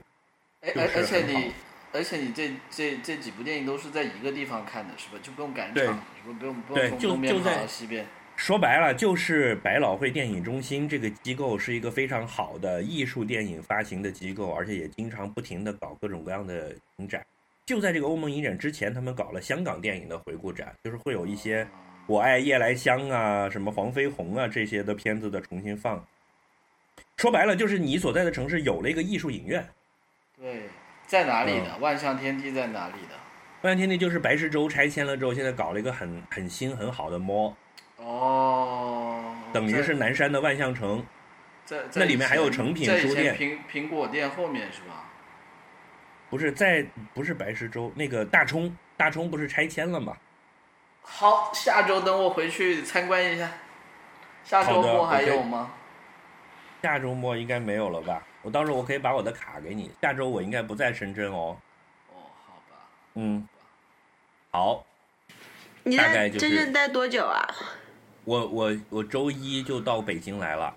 Speaker 1: 哎，
Speaker 2: 就
Speaker 1: 而
Speaker 2: 是
Speaker 1: 而且
Speaker 2: 很好
Speaker 1: 你。而且你这这这几部电影都是在一个地方看的，是吧？就不用赶
Speaker 2: 对
Speaker 1: 场，是吧？不用不
Speaker 2: 对
Speaker 1: 用从
Speaker 2: 就
Speaker 1: 东边
Speaker 2: 就
Speaker 1: 跑
Speaker 2: 在
Speaker 1: 到西边。
Speaker 2: 说白了，就是百老汇电影中心这个机构是一个非常好的艺术电影发行的机构，而且也经常不停的搞各种各样的影展。就在这个欧盟影展之前，他们搞了香港电影的回顾展，就是会有一些《
Speaker 1: 嗯
Speaker 2: 我爱夜来香》啊、什么《黄飞鸿啊》这些的片子的重新放。说白了，就是你所在的城市有了一个艺术影院。
Speaker 1: 对，在哪里
Speaker 2: 嗯
Speaker 1: 的？万象天地在哪里的？
Speaker 2: 万象天地就是白石洲拆迁了之后，现在搞了一个很很新很好的 mall，
Speaker 1: 哦，
Speaker 2: 等于
Speaker 1: 在
Speaker 2: 是南山的万象城。
Speaker 1: 在在
Speaker 2: 那里
Speaker 1: 以
Speaker 2: 面
Speaker 1: 前
Speaker 2: 还有成品
Speaker 1: 在以
Speaker 2: 书
Speaker 1: 前
Speaker 2: 店
Speaker 1: 苹苹果店后面是吧？
Speaker 2: 不是在不是白石洲那个大冲，大冲不是拆迁了吗？
Speaker 1: 好，下周等我回去参观一下。下周
Speaker 2: 好的
Speaker 1: 末还
Speaker 2: 我可以
Speaker 1: 有吗？
Speaker 2: 下周末应该没有了吧？我到时候我可以把我的卡给你。下周我应该不在深圳哦。
Speaker 1: 哦，好吧，
Speaker 2: 嗯，好，
Speaker 3: 你
Speaker 2: 大概
Speaker 3: 在
Speaker 2: 就是
Speaker 3: 真正待多久啊？
Speaker 2: 我我我周一就到北京来了。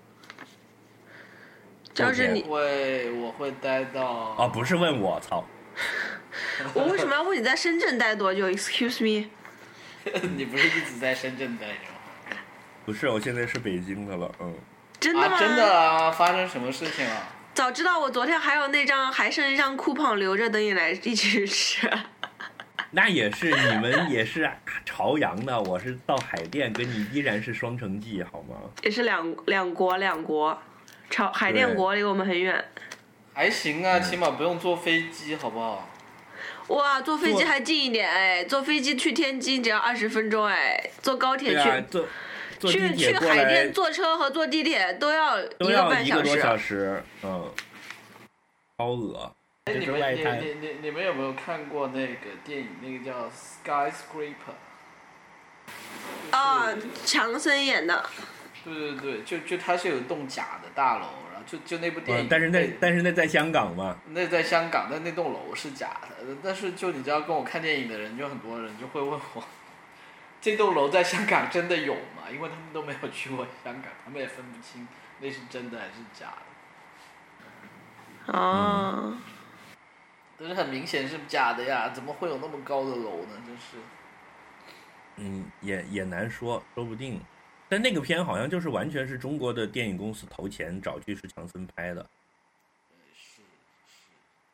Speaker 3: 就是你，
Speaker 1: 会我会待到
Speaker 2: 哦，不是问我，操！
Speaker 3: 我为什么要问你在深圳待多久？Excuse me，
Speaker 1: 你不是一直在深圳待着吗？
Speaker 2: 不是，我现在是北京的了。嗯，
Speaker 3: 真的吗？
Speaker 1: 啊，真的啊！发生什么事情了、啊
Speaker 3: 早知道我昨天还有那张还剩一张 coupon 留着，等你来一起吃。
Speaker 2: 那也是，你们也是朝阳的，我是到海淀，跟你依然是双城记，好吗？
Speaker 3: 也是两两国两国，朝海淀国离我们很远。
Speaker 1: 还行
Speaker 2: 嗯
Speaker 1: 啊，起码不用坐飞机，好不好？
Speaker 3: 哇，坐飞机
Speaker 2: 坐
Speaker 3: 还近一点哎，坐飞机去天津只要二十分钟哎，坐高铁
Speaker 2: 对
Speaker 3: 去、
Speaker 2: 啊，坐坐地
Speaker 3: 去去
Speaker 2: 铁过
Speaker 3: 海
Speaker 2: 来
Speaker 3: 淀坐车和坐地铁都要一
Speaker 2: 都
Speaker 3: 个
Speaker 2: 要
Speaker 3: 半
Speaker 2: 一个
Speaker 3: 小
Speaker 2: 多
Speaker 3: 时。
Speaker 2: 小时，嗯，超恶，
Speaker 1: 哎，
Speaker 2: 这
Speaker 1: 你
Speaker 2: 是
Speaker 1: 们
Speaker 2: 外
Speaker 1: 你
Speaker 2: 滩。
Speaker 1: 你你你们有没有看过那个电影？那个叫《Skyscraper》。
Speaker 3: 啊，强森演的，
Speaker 1: 对对对，就就它是有一栋假的大楼，然后就就那部电
Speaker 2: 嗯
Speaker 1: 影，，
Speaker 2: 但是那
Speaker 1: 那
Speaker 2: 但是那在香港嘛，
Speaker 1: 那在香港，但那栋楼是假的。但是就你知道，跟我看电影的人，就很多人就会问我，这栋楼在香港真的有吗？因为他们都没有去过香港，他们也分不清那是真的还是假的。
Speaker 3: 哦，
Speaker 2: 嗯
Speaker 1: 但是很明显是假的呀，怎么会有那么高的楼呢？真是，
Speaker 2: 嗯，也也难说，说不定。但那个片好像就是完全是中国的电影公司投钱找巨石强森拍的。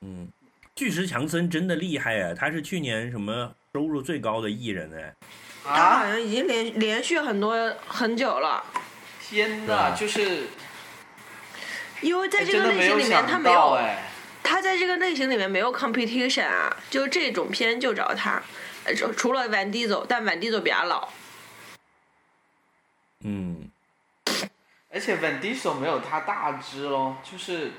Speaker 2: 嗯，巨石强森真的厉害哎，他是去年什么收入最高的艺人哎。
Speaker 3: 他好
Speaker 1: 啊！
Speaker 3: 像已经连连续很多很久了，
Speaker 1: 天
Speaker 2: 对啊
Speaker 1: 哪，就是
Speaker 3: 因为在
Speaker 1: 哎
Speaker 3: 这
Speaker 1: 真
Speaker 3: 个
Speaker 1: 的
Speaker 3: 类
Speaker 1: 没
Speaker 3: 型里面他
Speaker 1: 想
Speaker 3: 没
Speaker 1: 到
Speaker 3: 有，
Speaker 1: 哎，
Speaker 3: 他在这个类型里面没有 competition 啊，就这种片就找他，呃除除了 Van Diesel，但 Van Diesel 比他老，
Speaker 2: 嗯，
Speaker 1: 而且 Van Diesel 没有他大只咯，就是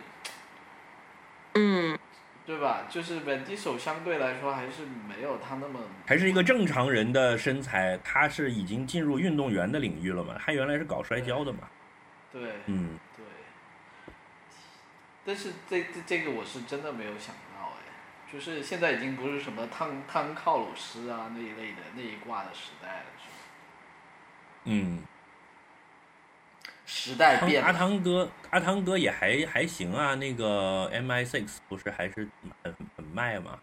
Speaker 3: 嗯，
Speaker 1: 对吧？就是 Van Diesel 相对来说还是没有他那么
Speaker 2: 还是一个正常人的身材，他是已经进入运动员的领域了嘛？他原来是搞摔跤的嘛？
Speaker 1: 对
Speaker 2: 嗯，
Speaker 1: 对。但是这这这个我是真的没有想到哎，就是现在已经不是什么汤汤靠鲁斯啊那一类的那一挂的时代了，是吧
Speaker 2: 嗯，
Speaker 1: 时代
Speaker 2: 汤
Speaker 1: 变
Speaker 2: 阿
Speaker 1: 了。
Speaker 2: 汤哥，阿汤哥也还还行啊。那个 MI six 不是还是很很卖嘛？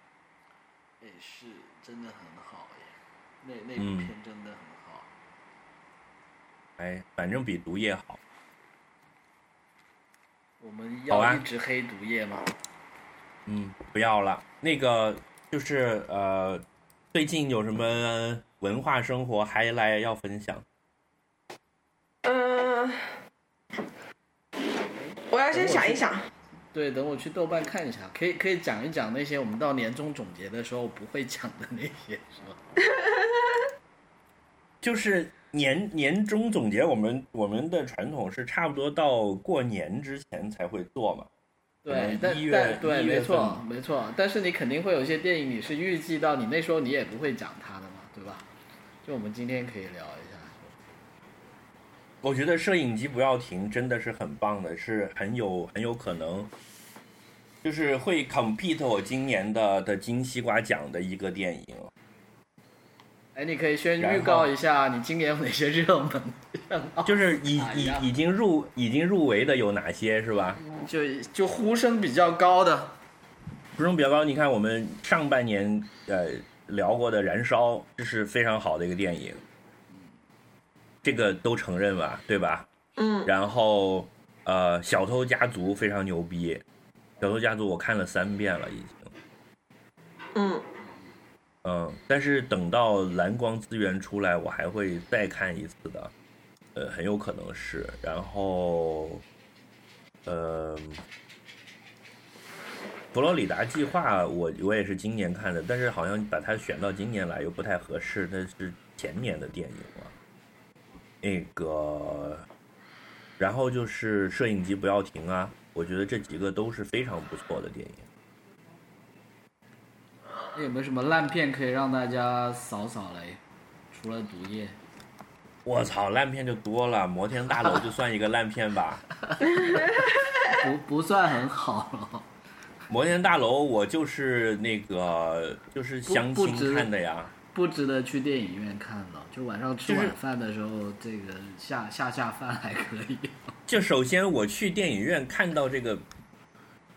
Speaker 1: 也是真的很好耶，那那部
Speaker 2: 嗯
Speaker 1: 片真的很好。
Speaker 2: 哎，反正比毒液好。
Speaker 1: 我们
Speaker 2: 好
Speaker 1: 要
Speaker 2: 啊
Speaker 1: 一直黑毒液吗？
Speaker 2: 嗯，不要了。那个就是呃，最近有什么文化生活 highlight 要分享？
Speaker 3: 嗯，我要先想一想，
Speaker 1: 对，等我去豆瓣看一下，可以可以讲一讲那些我们到年终总结的时候不会讲的那些，是吧？
Speaker 2: 就是年年终总结，我们我们的传统是差不多到过年之前才会做嘛。可
Speaker 1: 对
Speaker 2: 能，一
Speaker 1: 但
Speaker 2: 月
Speaker 1: 但对，
Speaker 2: 一月
Speaker 1: 没错
Speaker 2: 份
Speaker 1: 没错，但是你肯定会有一些电影，你是预计到你那时候你也不会讲它的嘛，对吧？就我们今天可以聊一下，
Speaker 2: 我觉得摄影机不要停真的是很棒的，是很有很有可能，就是会 compete 我今年的的金西瓜奖的一个电影。
Speaker 1: 哎，你可以先
Speaker 2: 然
Speaker 1: 预
Speaker 2: 后
Speaker 1: 告一下你今年有哪些热门项目，
Speaker 2: 就是已
Speaker 1: 哎
Speaker 2: 已
Speaker 1: 呀
Speaker 2: 已经入已经入围的有哪些是吧？
Speaker 1: 就就呼声比较高的，
Speaker 2: 呼声比较高。你看我们上半年呃聊过的《燃烧》，这是非常好的一个电影，这个都承认吧，对吧？
Speaker 3: 嗯，
Speaker 2: 然后呃，《小偷家族》非常牛逼，《小偷家族》我看了三遍了已经。
Speaker 3: 嗯，
Speaker 2: 嗯，但是等到蓝光资源出来，我还会再看一次的，呃，很有可能是。然后，呃，佛罗里达计划我我也是今年看的，但是好像把它选到今年来又不太合适，那是前年的电影了、那个，然后就是摄影机不要停啊，我觉得这几个都是非常不错的电影。
Speaker 1: 那有没有什么烂片可以让大家扫扫雷？除了毒液，
Speaker 2: 我操，烂片就多了，《摩天大楼》就算一个烂片吧。
Speaker 1: 不不算很好了。
Speaker 2: 摩天大楼，我就是那个就是相
Speaker 1: 不
Speaker 2: 亲
Speaker 1: 不值
Speaker 2: 看的呀。
Speaker 1: 不值得去电影院看了，就晚上吃
Speaker 2: 就是
Speaker 1: 晚饭的时候，这个下下下饭还可以。
Speaker 2: 就首先我去电影院看到这个，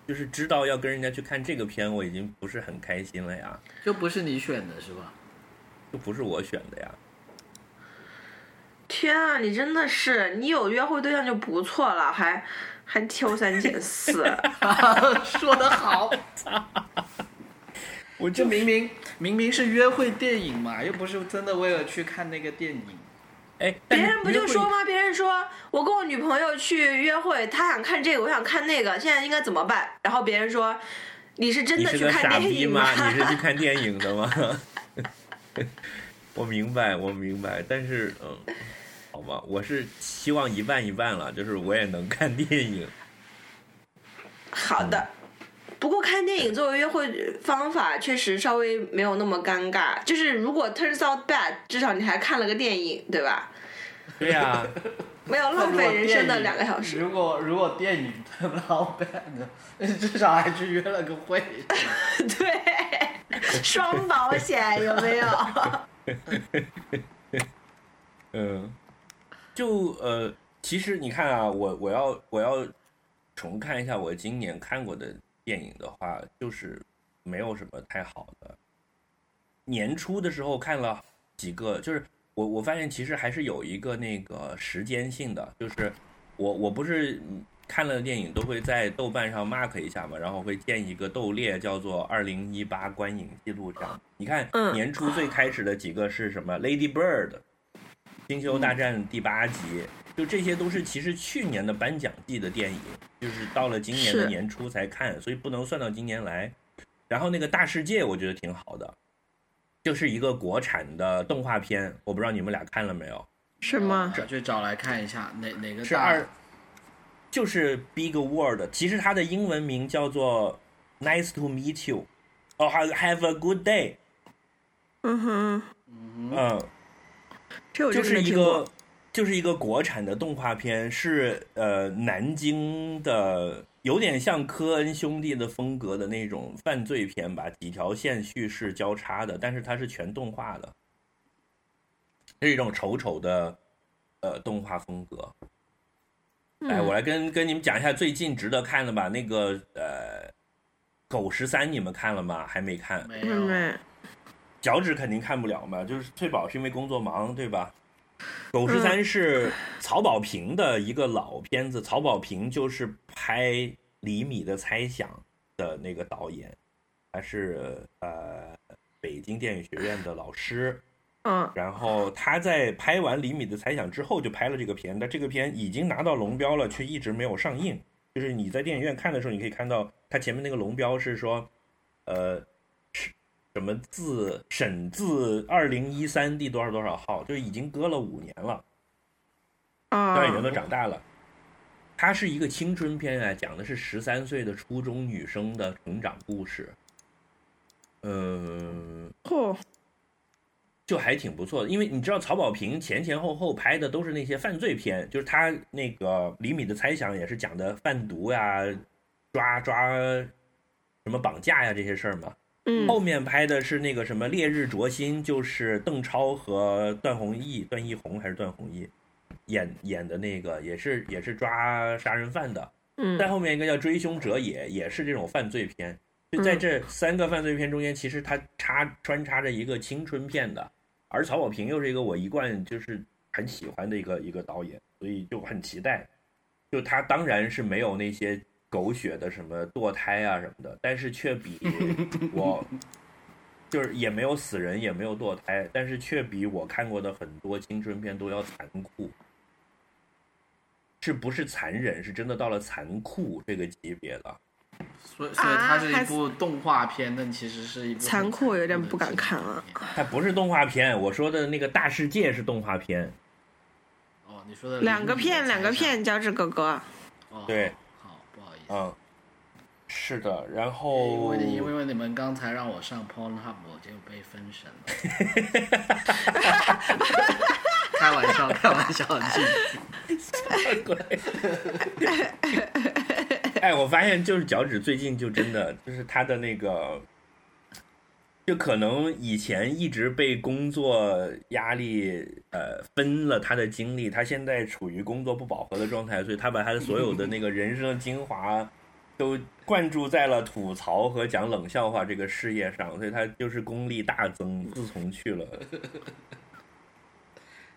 Speaker 2: 就是知道要跟人家去看这个片，我已经不是很开心了呀，
Speaker 1: 就不是你选的是吧？
Speaker 2: 就不是我选的呀。
Speaker 3: 天啊，你真的是，你有约会对象就不错了，还还挑三拣 四，
Speaker 1: 说得 好，
Speaker 2: 我
Speaker 1: 这明明明明是约会电影嘛，又不是真的为了去看那个电影。
Speaker 2: 哎，但
Speaker 3: 别
Speaker 2: 是
Speaker 3: 人不就
Speaker 2: 约会
Speaker 3: 说吗？别人说我跟我女朋友去约会，她想看这个，我想看那个，现在应该怎么办？然后别人说，你是真
Speaker 2: 你
Speaker 3: 的
Speaker 2: 是
Speaker 3: 去
Speaker 2: 个
Speaker 3: 看
Speaker 2: 傻
Speaker 3: 电
Speaker 2: 逼
Speaker 3: 影
Speaker 2: 吗？你是去看电影的吗？ 我明白，我明白，但是嗯，好吧，我是希望一半一半了，就是我也能看电影。
Speaker 3: 好的。不过看电影作为约会方法，确实稍微没有那么尴尬。就是如果 turns out bad，至少你还看了个电影，对吧？
Speaker 2: 对啊呀、
Speaker 3: 没有浪费人生的两个小时。
Speaker 1: 如果如果电影特老板的，至少还去约了个会。
Speaker 3: 对，双保险有没有？
Speaker 2: 嗯，就呃，其实你看啊，我我要我要重看一下我今年看过的电影的话，就是没有什么太好的。年初的时候看了几个，就是我我发现其实还是有一个那个时间性的，就是我我不是看了电影都会在豆瓣上 mark 一下嘛，然后会建一个豆列，叫做二零一八观影记录这样。你看
Speaker 3: 嗯
Speaker 2: 年初最开始的几个是什么？Lady Bird，《星球
Speaker 3: 嗯
Speaker 2: 大战》第八集，就这些都是其实去年的颁奖季的电影，就是到了今年的
Speaker 3: 是
Speaker 2: 年初才看，所以不能算到今年来。然后那个《大世界》我觉得挺好的，就是一个国产的动画片，我不知道你们俩看了没有？
Speaker 3: 是吗？
Speaker 1: 我去找来看一下哪哪个
Speaker 2: 是
Speaker 1: 大
Speaker 2: 二，就是 Big World，其实它的英文名叫做 Nice to Meet You，哦、还 Have a good day，
Speaker 3: 嗯哼，
Speaker 2: 嗯，
Speaker 3: 这我
Speaker 2: 就
Speaker 3: 真
Speaker 2: 是
Speaker 3: 没
Speaker 2: 一
Speaker 3: 听过
Speaker 2: 个。就是一个国产的动画片，是呃南京的，有点像科恩兄弟的风格的那种犯罪片吧，几条线叙事交叉的，但是它是全动画的，是一种丑丑的呃动画风格。哎，我来跟跟你们讲一下最近值得看的吧。那个呃，狗十三你们看了吗？还没看，
Speaker 1: 没
Speaker 3: 妹
Speaker 1: 有
Speaker 3: 妹，
Speaker 2: 脚趾肯定看不了嘛，就是翠宝是因为工作忙，对吧？狗十三是曹保平的一个老片子，曹保平就是拍《厘米的猜想》的那个导演，他是呃北京电影学院的老师，
Speaker 3: 嗯，
Speaker 2: 然后他在拍完《厘米的猜想》之后就拍了这个片，但这个片已经拿到龙标了，却一直没有上映。就是你在电影院看的时候，你可以看到它前面那个龙标是说，呃，是什么自审自二零一三第多少多少号，就已经隔了五年了，导演员
Speaker 3: 啊，
Speaker 2: 都长大了。它是一个青春片啊，讲的是十三岁的初中女生的成长故事。嗯，
Speaker 3: 嚯，
Speaker 2: 就还挺不错的，因为你知道曹保平前前后后拍的都是那些犯罪片，就是他那个《厘米的猜想》也是讲的贩毒呀、抓抓什么绑架呀这些事儿嘛。
Speaker 3: 嗯
Speaker 2: 后面拍的是那个什么《烈日灼心》，就是邓超和段宏毅、段奕宏还是段宏毅演演的那个，也是也是抓杀人犯的。再
Speaker 3: 嗯，
Speaker 2: 后面一个叫《追凶者也》，也是这种犯罪片。就在这三个犯罪片中间，其实它插穿插着一个青春片的，而曹保平又是一个我一贯就是很喜欢的一个一个导演，所以就很期待。就他当然是没有那些狗血的什么堕胎啊什么的，但是却比我就是也没有死人，也没有堕胎，但是却比我看过的很多青春片都要残酷。是不是残忍？是真的到了残酷这个级别了。
Speaker 1: 所以所以它
Speaker 3: 啊
Speaker 1: 是
Speaker 3: 还
Speaker 1: 一
Speaker 3: 是
Speaker 1: 部动画片，但其实是一部很
Speaker 3: 啊残酷有点不敢
Speaker 1: 的
Speaker 3: 看了
Speaker 1: 纪录片
Speaker 2: 它不是动画片，我说的那个《大世界》是动画片。
Speaker 1: 哦，你说的
Speaker 3: 两个片，
Speaker 1: 零
Speaker 3: 两个片，脚趾哥哥，
Speaker 1: 哦，
Speaker 2: 对
Speaker 1: 好，不好意思，
Speaker 2: 嗯，是的。然
Speaker 1: 因
Speaker 2: 后
Speaker 1: 为因为你们刚才让我上 Pornhub，我就被分神了。开玩笑，开玩笑，很近。
Speaker 2: 哎，我发现就是脚趾最近就真的就是他的那个，就可能以前一直被工作压力呃分了他的精力，他现在处于工作不饱和的状态，所以他把他的所有的那个人生的精华都灌注在了吐槽和讲冷笑话这个事业上，所以他就是功力大增。自从去了，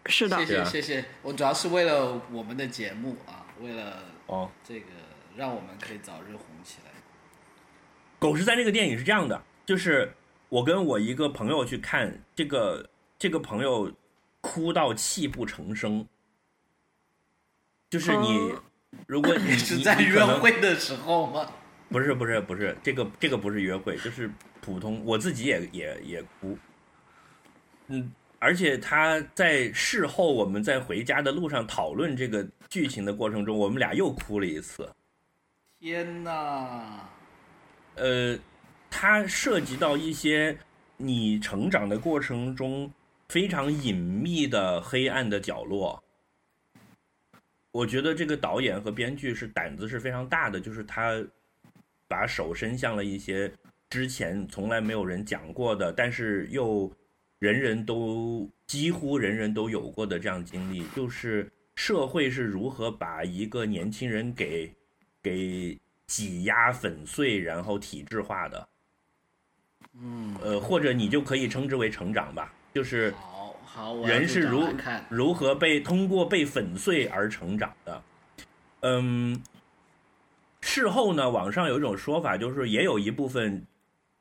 Speaker 3: 是的
Speaker 1: 谢，
Speaker 2: 对
Speaker 1: 谢
Speaker 2: 啊
Speaker 1: 谢谢，我主要是为了我们的节目啊，为了
Speaker 2: 哦，
Speaker 1: 这个让我们可以早日红起来。
Speaker 2: 《狗十三》这个电影是这样的，就是我跟我一个朋友去看，这个这个朋友哭到泣不成声，就是你，
Speaker 3: 哦
Speaker 2: 如果你
Speaker 1: 是
Speaker 2: 你
Speaker 1: 在
Speaker 2: 你
Speaker 1: 约
Speaker 2: 可能
Speaker 1: 会的时候吗？
Speaker 2: 不是不是不是，这个这个不是约会，就是普通，我自己也也也哭。嗯，而且他在事后我们在回家的路上讨论这个剧情的过程中，我们俩又哭了一次。
Speaker 1: 天哪！
Speaker 2: 呃，它涉及到一些你成长的过程中非常隐秘的黑暗的角落。我觉得这个导演和编剧是胆子是非常大的，就是他把手伸向了一些之前从来没有人讲过的，但是又人人都几乎人人都有过的这样经历，就是社会是如何把一个年轻人给给挤压粉碎，然后体制化的。嗯，呃，或者你就可以称之为成长吧，就是
Speaker 1: 好好，我要
Speaker 2: 人
Speaker 1: 去
Speaker 2: 是
Speaker 1: 找
Speaker 2: 如
Speaker 1: 来看
Speaker 2: 如何被通过被粉碎而成长的。嗯，事后呢，网上有一种说法，就是也有一部分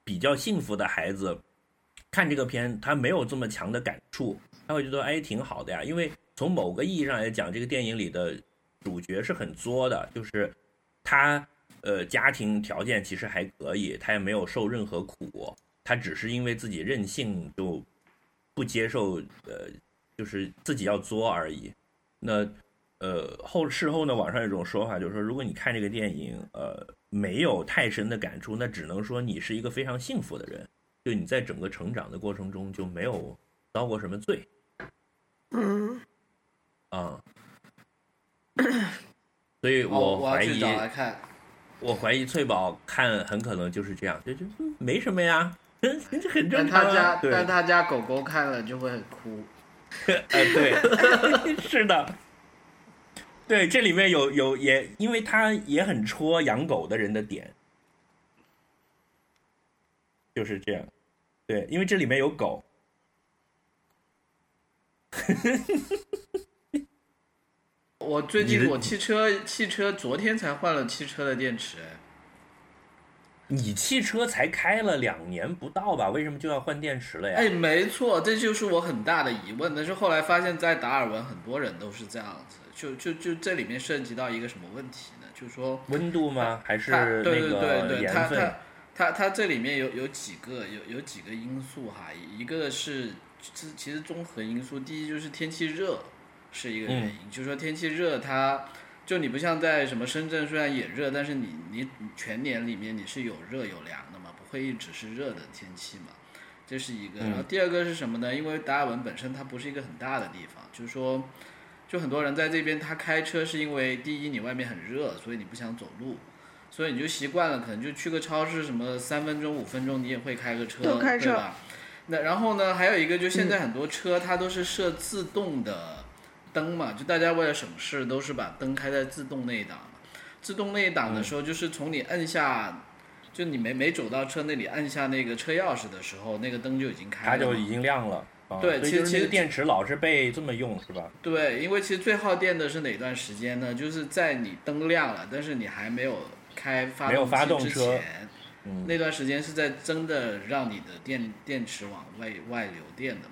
Speaker 2: 比较幸福的孩子看这个片，他没有这么强的感触，他会觉得哎挺好的呀，因为从某个意义上来讲，这个电影里的主角是很作的，就是他呃家庭条件其实还可以，他也没有受任何苦，他只是因为自己任性就不接受呃就是自己要作而已。那呃后事后呢，网上有一种说法就是说，如果你看这个电影呃没有太深的感触，那只能说你是一个非常幸福的人，就你在整个成长的过程中就没有遭过什么罪
Speaker 3: 嗯，
Speaker 2: 啊。所以
Speaker 1: 哦，
Speaker 2: 怀
Speaker 1: 要去
Speaker 2: 疑、
Speaker 1: 找来看。
Speaker 2: 我怀疑翠宝看很可能就是这样，就就嗯没什么呀，这这
Speaker 1: 但
Speaker 2: 很正常
Speaker 1: 他
Speaker 2: 啊
Speaker 1: 家。
Speaker 2: 对，
Speaker 1: 但他家狗狗看了就会很哭。
Speaker 2: 哎，对， 是的，对，这里面有有也，因为他也很戳养狗的人的点，就是这样，对，因为这里面有狗。
Speaker 1: 我最
Speaker 2: 你
Speaker 1: 近
Speaker 2: 的
Speaker 1: 我汽车汽车昨天才换了汽车的电池，哎
Speaker 2: 你汽车才开了两年不到吧？为什么就要换电池了呀？
Speaker 1: 哎，没错，这就是我很大的疑问。但是后来发现，在达尔文很多人都是这样子，就就就这里面涉及到一个什么问题呢？就是说，
Speaker 2: 温度吗？还是
Speaker 1: 它对
Speaker 2: 那
Speaker 1: 对对
Speaker 2: 个
Speaker 1: 对，
Speaker 2: 盐
Speaker 1: 它
Speaker 2: 分
Speaker 1: 它？它它这里面有有几个有有几个因素哈，一个是其其实综合因素，第一就是天气热是一个原
Speaker 2: 嗯
Speaker 1: 因，就是说天气热它。就你不像在什么深圳，虽然也热，但是你你你全年里面你是有热有凉的嘛，不会一直是热的天气嘛。这是一个。
Speaker 2: 嗯
Speaker 1: 然后第二个是什么呢？因为达尔文本身它不是一个很大的地方，就是说，就很多人在这边他开车是因为第一你外面很热，所以你不想走路，所以你就习惯了，可能就去个超市什么三分钟五分钟你也会开个车，
Speaker 3: 都开车嗯
Speaker 1: 对吧？那然后呢，还有一个就现在很多车它都是设自动的灯嘛，就大家为了省事都是把灯开在自动那一档嘛。自动那一档
Speaker 3: 嗯
Speaker 1: 的时候，就是从你摁下，就你没没走到车那里摁下那个车钥匙的时候，那个灯就已经开
Speaker 2: 它
Speaker 1: 了嘛。
Speaker 2: 就已经亮了。啊
Speaker 1: 哎对
Speaker 2: 所
Speaker 1: 其
Speaker 2: 以
Speaker 1: 实
Speaker 2: 就是
Speaker 1: 其
Speaker 2: 那个
Speaker 1: 实
Speaker 2: 电池老是被这么用是吧？
Speaker 1: 对，因为其实最耗电的是哪段时间呢？就是在你灯亮了，但是你还没有开发
Speaker 2: 没有发动
Speaker 1: 机之
Speaker 2: 车嗯
Speaker 1: 前，那段时间是在真的让你的电电池往外外流电的嘛。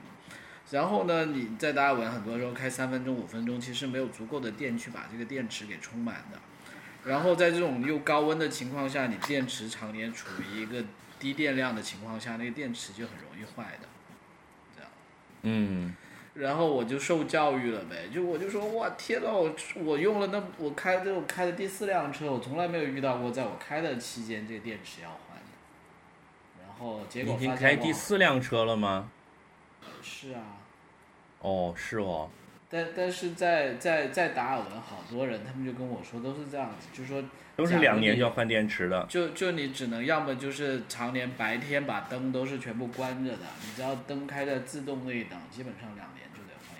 Speaker 1: 然后呢，你在达尔文很多时候开三分钟、五分钟，其实没有足够的电去把这个电池给充满的。然后在这种又高温的情况下，你电池常年处于一个低电量的情况下，那个电池就很容易坏的。
Speaker 2: 嗯，
Speaker 1: 然后我就受教育了呗，就我就说哇天呐，我我用了那我开这我开的第四辆车，我从来没有遇到过，在我开的期间这个电池要换的。然后结
Speaker 2: 你
Speaker 1: 果
Speaker 2: 已经
Speaker 1: 发
Speaker 2: 开
Speaker 1: 现
Speaker 2: 第
Speaker 1: 哇
Speaker 2: 四辆车了吗？
Speaker 1: 是啊，
Speaker 2: 哦，是哦，
Speaker 1: 但但是在在在达尔文，好多人他们就跟我说都是这样子，就说
Speaker 2: 都是
Speaker 1: 假如
Speaker 2: 两年
Speaker 1: 你
Speaker 2: 就要换电池的。
Speaker 1: 就就你只能要么就是常年白天把灯都是全部关着的，你只要灯开在自动那一档，基本上两年就得换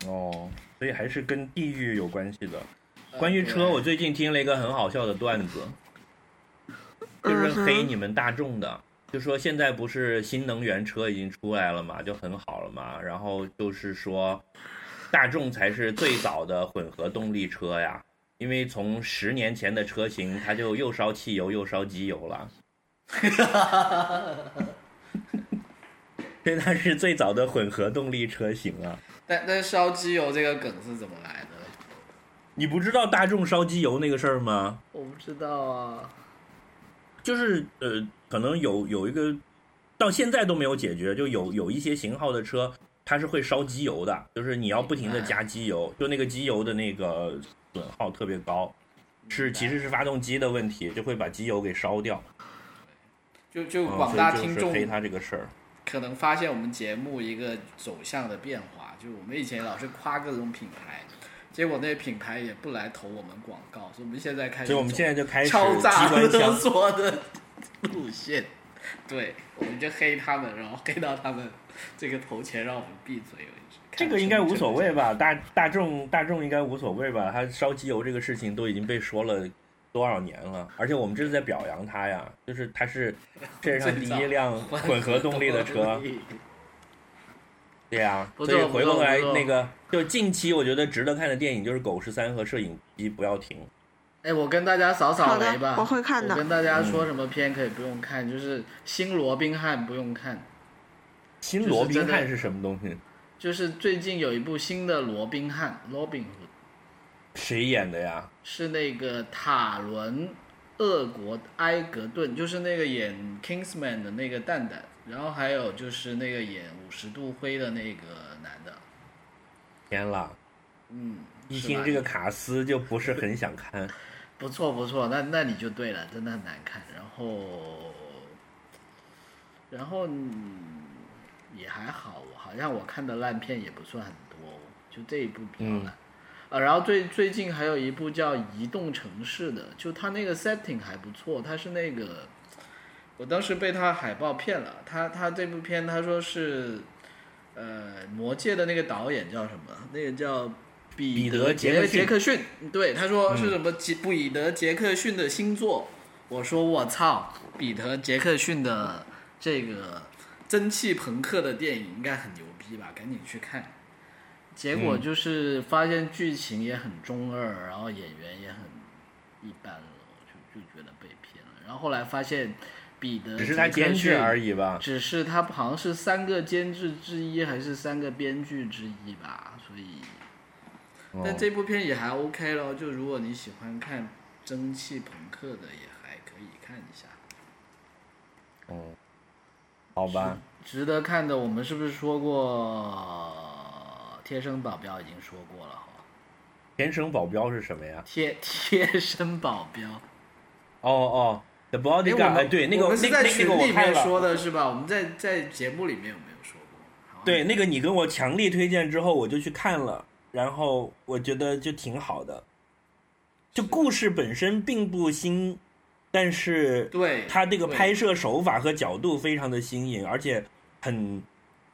Speaker 1: 一次。
Speaker 2: 哦，所以还是跟地域有关系的。
Speaker 1: 呃
Speaker 2: 关于车，
Speaker 1: 对
Speaker 2: 我最近听了一个很好笑的段 子，就是黑你们大众的，就说现在不是新能源车已经出来了嘛，就很好了嘛，然后就是说大众才是最早的混合动力车呀，因为从十年前的车型，它就又烧汽油又烧机油了。
Speaker 1: 呃
Speaker 2: 所以它是最早的混合动力车型啊！
Speaker 1: 但但烧机油这个梗是怎么来的？
Speaker 2: 你不知道大众烧机油那个事儿吗？
Speaker 1: 我不知道啊。
Speaker 2: 就是呃，可能有有一个到现在都没有解决，就有有一些型号的车它是会烧机油的，就是你要不停的加机油，就那个机油的那个损耗特别高，是其实是发动机的问题，就会把机油给烧掉。
Speaker 1: 就就
Speaker 2: 嗯
Speaker 1: 广大
Speaker 2: 所以就是
Speaker 1: 听众
Speaker 2: 黑它这个事儿，
Speaker 1: 可能发现我们节目一个走向的变化，就是我们以前老是夸各种品牌，结果那些品牌也不来投我们广告，所以我们现在开始
Speaker 2: 所以我们现在就开
Speaker 1: 走
Speaker 2: 始
Speaker 1: 敲
Speaker 2: 机
Speaker 1: 诈
Speaker 2: 关
Speaker 1: 勒
Speaker 2: 枪。
Speaker 1: 索的路线，对，我们就黑他们，然后黑到他们这个投钱让我们闭嘴为止。
Speaker 2: 这
Speaker 1: 看
Speaker 2: 个应该无所谓
Speaker 1: 真的
Speaker 2: 吧？大大众大众应该无所谓吧？它烧机油这个事情都已经被说了多少年了，而且我们这是在表扬它呀，就是 它是世界上第一辆混合动力的车，啊对呀、
Speaker 1: 不
Speaker 2: 所以
Speaker 1: 错不
Speaker 2: 回过
Speaker 1: 错
Speaker 2: 头来
Speaker 1: 不错
Speaker 2: 那个，就近期我觉得值得看的电影就是《狗十三》和《摄影机不要停》。
Speaker 1: 哎，我跟大家扫扫
Speaker 3: 好的
Speaker 1: 雷吧，
Speaker 3: 我会看的
Speaker 1: 我跟大家说什么片可以不用看，就是《新罗宾汉》不用看，
Speaker 2: 新
Speaker 1: 就是
Speaker 2: 罗宾
Speaker 1: 真的
Speaker 2: 汉是什么东西？
Speaker 1: 就是最近有一部新的罗宾汉，罗宾 Hood
Speaker 2: 谁演的呀？
Speaker 1: 是那个塔伦·厄国埃格顿，就是那个演 Kingsman 的那个蛋蛋，然后还有就是那个演五十度灰的那个男的，
Speaker 2: 天啦，
Speaker 1: 嗯，
Speaker 2: 一
Speaker 1: 是
Speaker 2: 听
Speaker 1: 吧
Speaker 2: 这个卡斯就不是很想看。
Speaker 1: 不错不错，那那你就对了，真的很难看。然后，然后嗯也还好，我好像我看的烂片也不算很多，就这一部
Speaker 2: 嗯
Speaker 1: 比较烂。啊，然后最最近还有一部叫《移动城市》的，就它那个 setting 还不错，它是那个，我当时被它海报骗了，它它这部片他说是，呃，《魔戒》的那个导演叫什么？那个叫
Speaker 2: 彼
Speaker 1: 彼
Speaker 2: 得
Speaker 1: 得杰
Speaker 2: 杰克逊嗯
Speaker 1: 杰克逊，对，他说是什么杰彼得杰克逊的新作，我说我操，彼得杰克逊的这个蒸汽朋克的电影应该很牛逼吧？赶紧去看。结
Speaker 2: 嗯
Speaker 1: 果就是发现剧情也很中二，然后演员也很一般了，我就就觉得被骗了。然后后来发现彼得
Speaker 2: 只是他
Speaker 1: 杰克
Speaker 2: 监制
Speaker 1: 逊
Speaker 2: 而已吧。
Speaker 1: 只是他好像是三个监制之一，还是三个编剧之一吧，所以，
Speaker 2: 嗯哦
Speaker 1: 但这部片也还 OK 咯，就如果你喜欢看蒸汽朋克的，也还可以看一下。
Speaker 2: 嗯，好吧，
Speaker 1: 值得看的，我们是不是说过《贴身保镖》已经说过了哈？
Speaker 2: 天生保镖是什么呀？
Speaker 1: 贴 贴身保镖，
Speaker 2: 哦哦，The
Speaker 1: 哎哎，我
Speaker 2: Bodyguard，哎
Speaker 1: 们
Speaker 2: 对，那个
Speaker 1: 我们
Speaker 2: 那
Speaker 1: 是在
Speaker 2: 那那
Speaker 1: 群
Speaker 2: 个我
Speaker 1: 里
Speaker 2: 看
Speaker 1: 面
Speaker 2: 了。嗯
Speaker 1: 说的是吧？我们在在节目里面有没有说过？好像
Speaker 2: 对，那个你跟我强力推荐之后，我就去看了，然后我觉得就挺好的。就故事本身并不新，但是
Speaker 1: 对，
Speaker 2: 它这个
Speaker 1: 对
Speaker 2: 拍摄手法和角度非常的新颖，而且很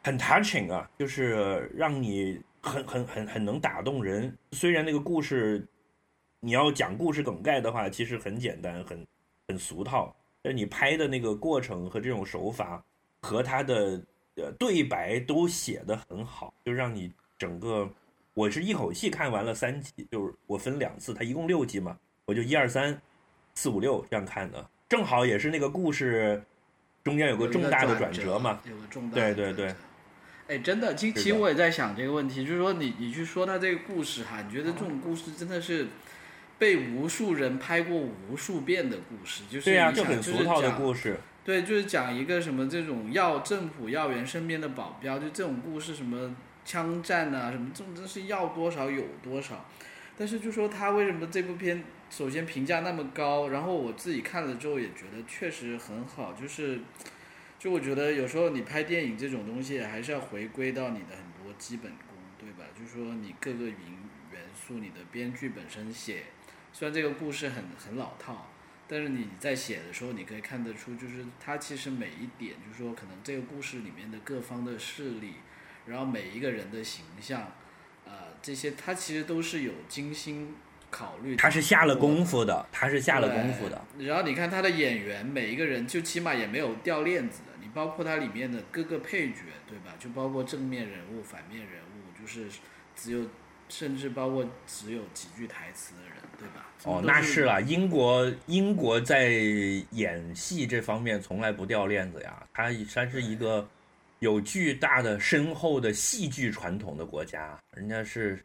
Speaker 2: 很 touching 啊，就是让你很很很很能打动人。虽然那个故事，你要讲故事梗概的话，其实很简单，很很俗套，但你拍的那个过程和这种手法和它的呃对白都写的很好，就让你整个。我是一口气看完了三集，就是我分两次，它一共六集嘛，我就一二三四五六这样看的，正好也是那个故事中间有个
Speaker 1: 有一
Speaker 2: 重
Speaker 1: 个
Speaker 2: 大的
Speaker 1: 转
Speaker 2: 转折嘛，，
Speaker 1: 有个重大
Speaker 2: 对
Speaker 1: 的
Speaker 2: 对
Speaker 1: 转
Speaker 2: 对
Speaker 1: 折。哎，真的，其
Speaker 2: 的
Speaker 1: 其实我也在想这个问题，就是说你你去说他这个故事哈，你觉得这种故事真的是被无数人拍过无数遍的故事，就是
Speaker 2: 对呀、
Speaker 1: 你
Speaker 2: 就
Speaker 1: 想
Speaker 2: 很俗套
Speaker 1: 就
Speaker 2: 的
Speaker 1: 是讲
Speaker 2: 故事，
Speaker 1: 对，就是讲一个什么这种要政府要员身边的保镖，就这种故事，什么枪战啊，什么这种真是要多少有多少。但是就说他为什么这部片首先评价那么高，然后我自己看了之后也觉得确实很好，就是就我觉得有时候你拍电影这种东西还是要回归到你的很多基本功，对吧？就说你各个云元素，你的编剧本身写，虽然这个故事很很老套，但是你在写的时候，你可以看得出，就是它其实每一点，就是说可能这个故事里面的各方的势力，然后每一个人的形象，呃，这些它其实都是有精心考虑。
Speaker 2: 他是下了功。夫的，他是下了功夫的，
Speaker 1: 然后你看他的演员，每一个人就起码也没有掉链子的。你包括它里面的各个配角，对吧？就包括正面人物、反面人物，就是只有，甚至包括只有几句台词的人，对吧？
Speaker 2: 哦，
Speaker 1: 都
Speaker 2: 那是了、英国英国在演戏这方面从来不掉链子呀，它它是一个有巨大的深厚的戏剧传统的国家，人家是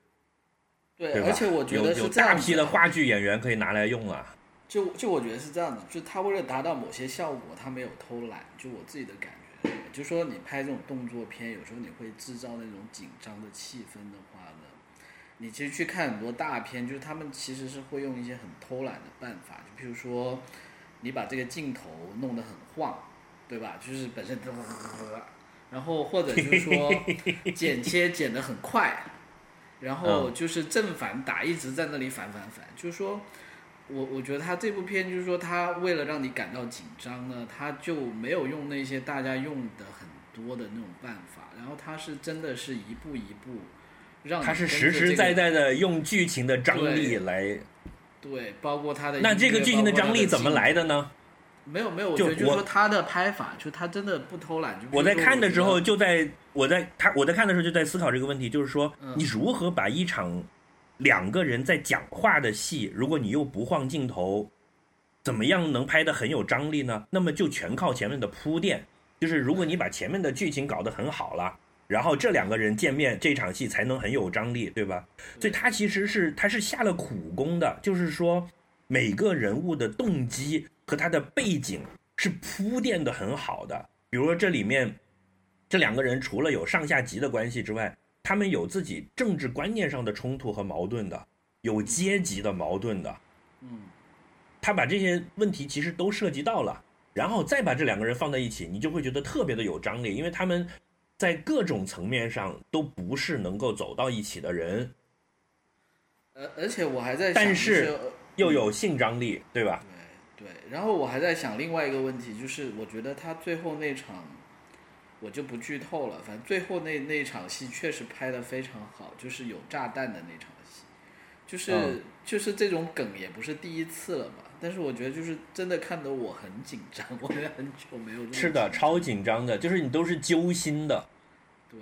Speaker 1: 对，
Speaker 2: 对吧？
Speaker 1: 而且我觉得
Speaker 2: 有有
Speaker 1: 是这
Speaker 2: 大
Speaker 1: 样子
Speaker 2: 批的话剧演员可以拿来用啊。
Speaker 1: 就就我觉得是这样的，就他为了达到某些效果，他没有偷懒，就我自己的感觉，就说你拍这种动作片，有时候你会制造那种紧张的气氛的话呢，你其实去看很多大片，就是他们其实是会用一些很偷懒的办法，就比如说你把这个镜头弄得很晃，对吧？就是本身，然后或者就是说剪切剪得很快，然后就是正反打一直在那里反反反，就是说。我我觉得他这部片就是说，他为了让你感到紧张呢，他就没有用那些大家用的很多的那种办法，然后他是真的是一步一步让你
Speaker 2: 它是
Speaker 1: 跟
Speaker 2: 实
Speaker 1: 着
Speaker 2: 实
Speaker 1: 嗯这个
Speaker 2: 在在的用剧情的张力
Speaker 1: 对
Speaker 2: 来
Speaker 1: 对，包括他的
Speaker 2: 那这个
Speaker 1: 音乐
Speaker 2: 剧情的张力怎么？
Speaker 1: 包括他
Speaker 2: 来
Speaker 1: 的
Speaker 2: 的呢？
Speaker 1: 没有没有，我
Speaker 2: 就
Speaker 1: 觉得就是
Speaker 2: 我
Speaker 1: 说他的拍法，就他真的不偷懒。就比如
Speaker 2: 我在
Speaker 1: 说
Speaker 2: 看的时
Speaker 1: 觉
Speaker 2: 候
Speaker 1: 得
Speaker 2: 就在我在他我在看的时候就在思考这个问题，就是说
Speaker 1: 嗯
Speaker 2: 你如何把一场两个人在讲话的戏，如果你又不晃镜头，怎么样能拍得很有张力呢？那么就全靠前面的铺垫，就是如果你把前面的剧情搞得很好了。然后这两个人见面，这场戏才能很有张力，对吧？所以他其实是他是下了苦功的，就是说每个人物的动机和他的背景是铺垫的很好的。比如说这里面这两个人除了有上下级的关系之外，他们有自己政治观念上的冲突和矛盾的，有阶级的矛盾的。
Speaker 1: 嗯，
Speaker 2: 他把这些问题其实都涉及到了，然后再把这两个人放在一起，你就会觉得特别的有张力，因为他们在各种层面上都不是能够走到一起的人，
Speaker 1: 呃，而且我还在想，
Speaker 2: 但
Speaker 1: 就是呃
Speaker 2: 又有性张力，对吧？
Speaker 1: 对，然后我还在想另外一个问题，就是我觉得他最后那场，我就不剧透了。反正最后那那场戏确实拍的非常好，就是有炸弹的那场戏，就是、
Speaker 2: 嗯
Speaker 1: 就是这种梗也不是第一次了吧？但是我觉得就是真的看得我很紧张，我也很久没有这么
Speaker 2: 是的，
Speaker 1: 紧张
Speaker 2: 超紧张的，就是你都是揪心的，
Speaker 1: 对，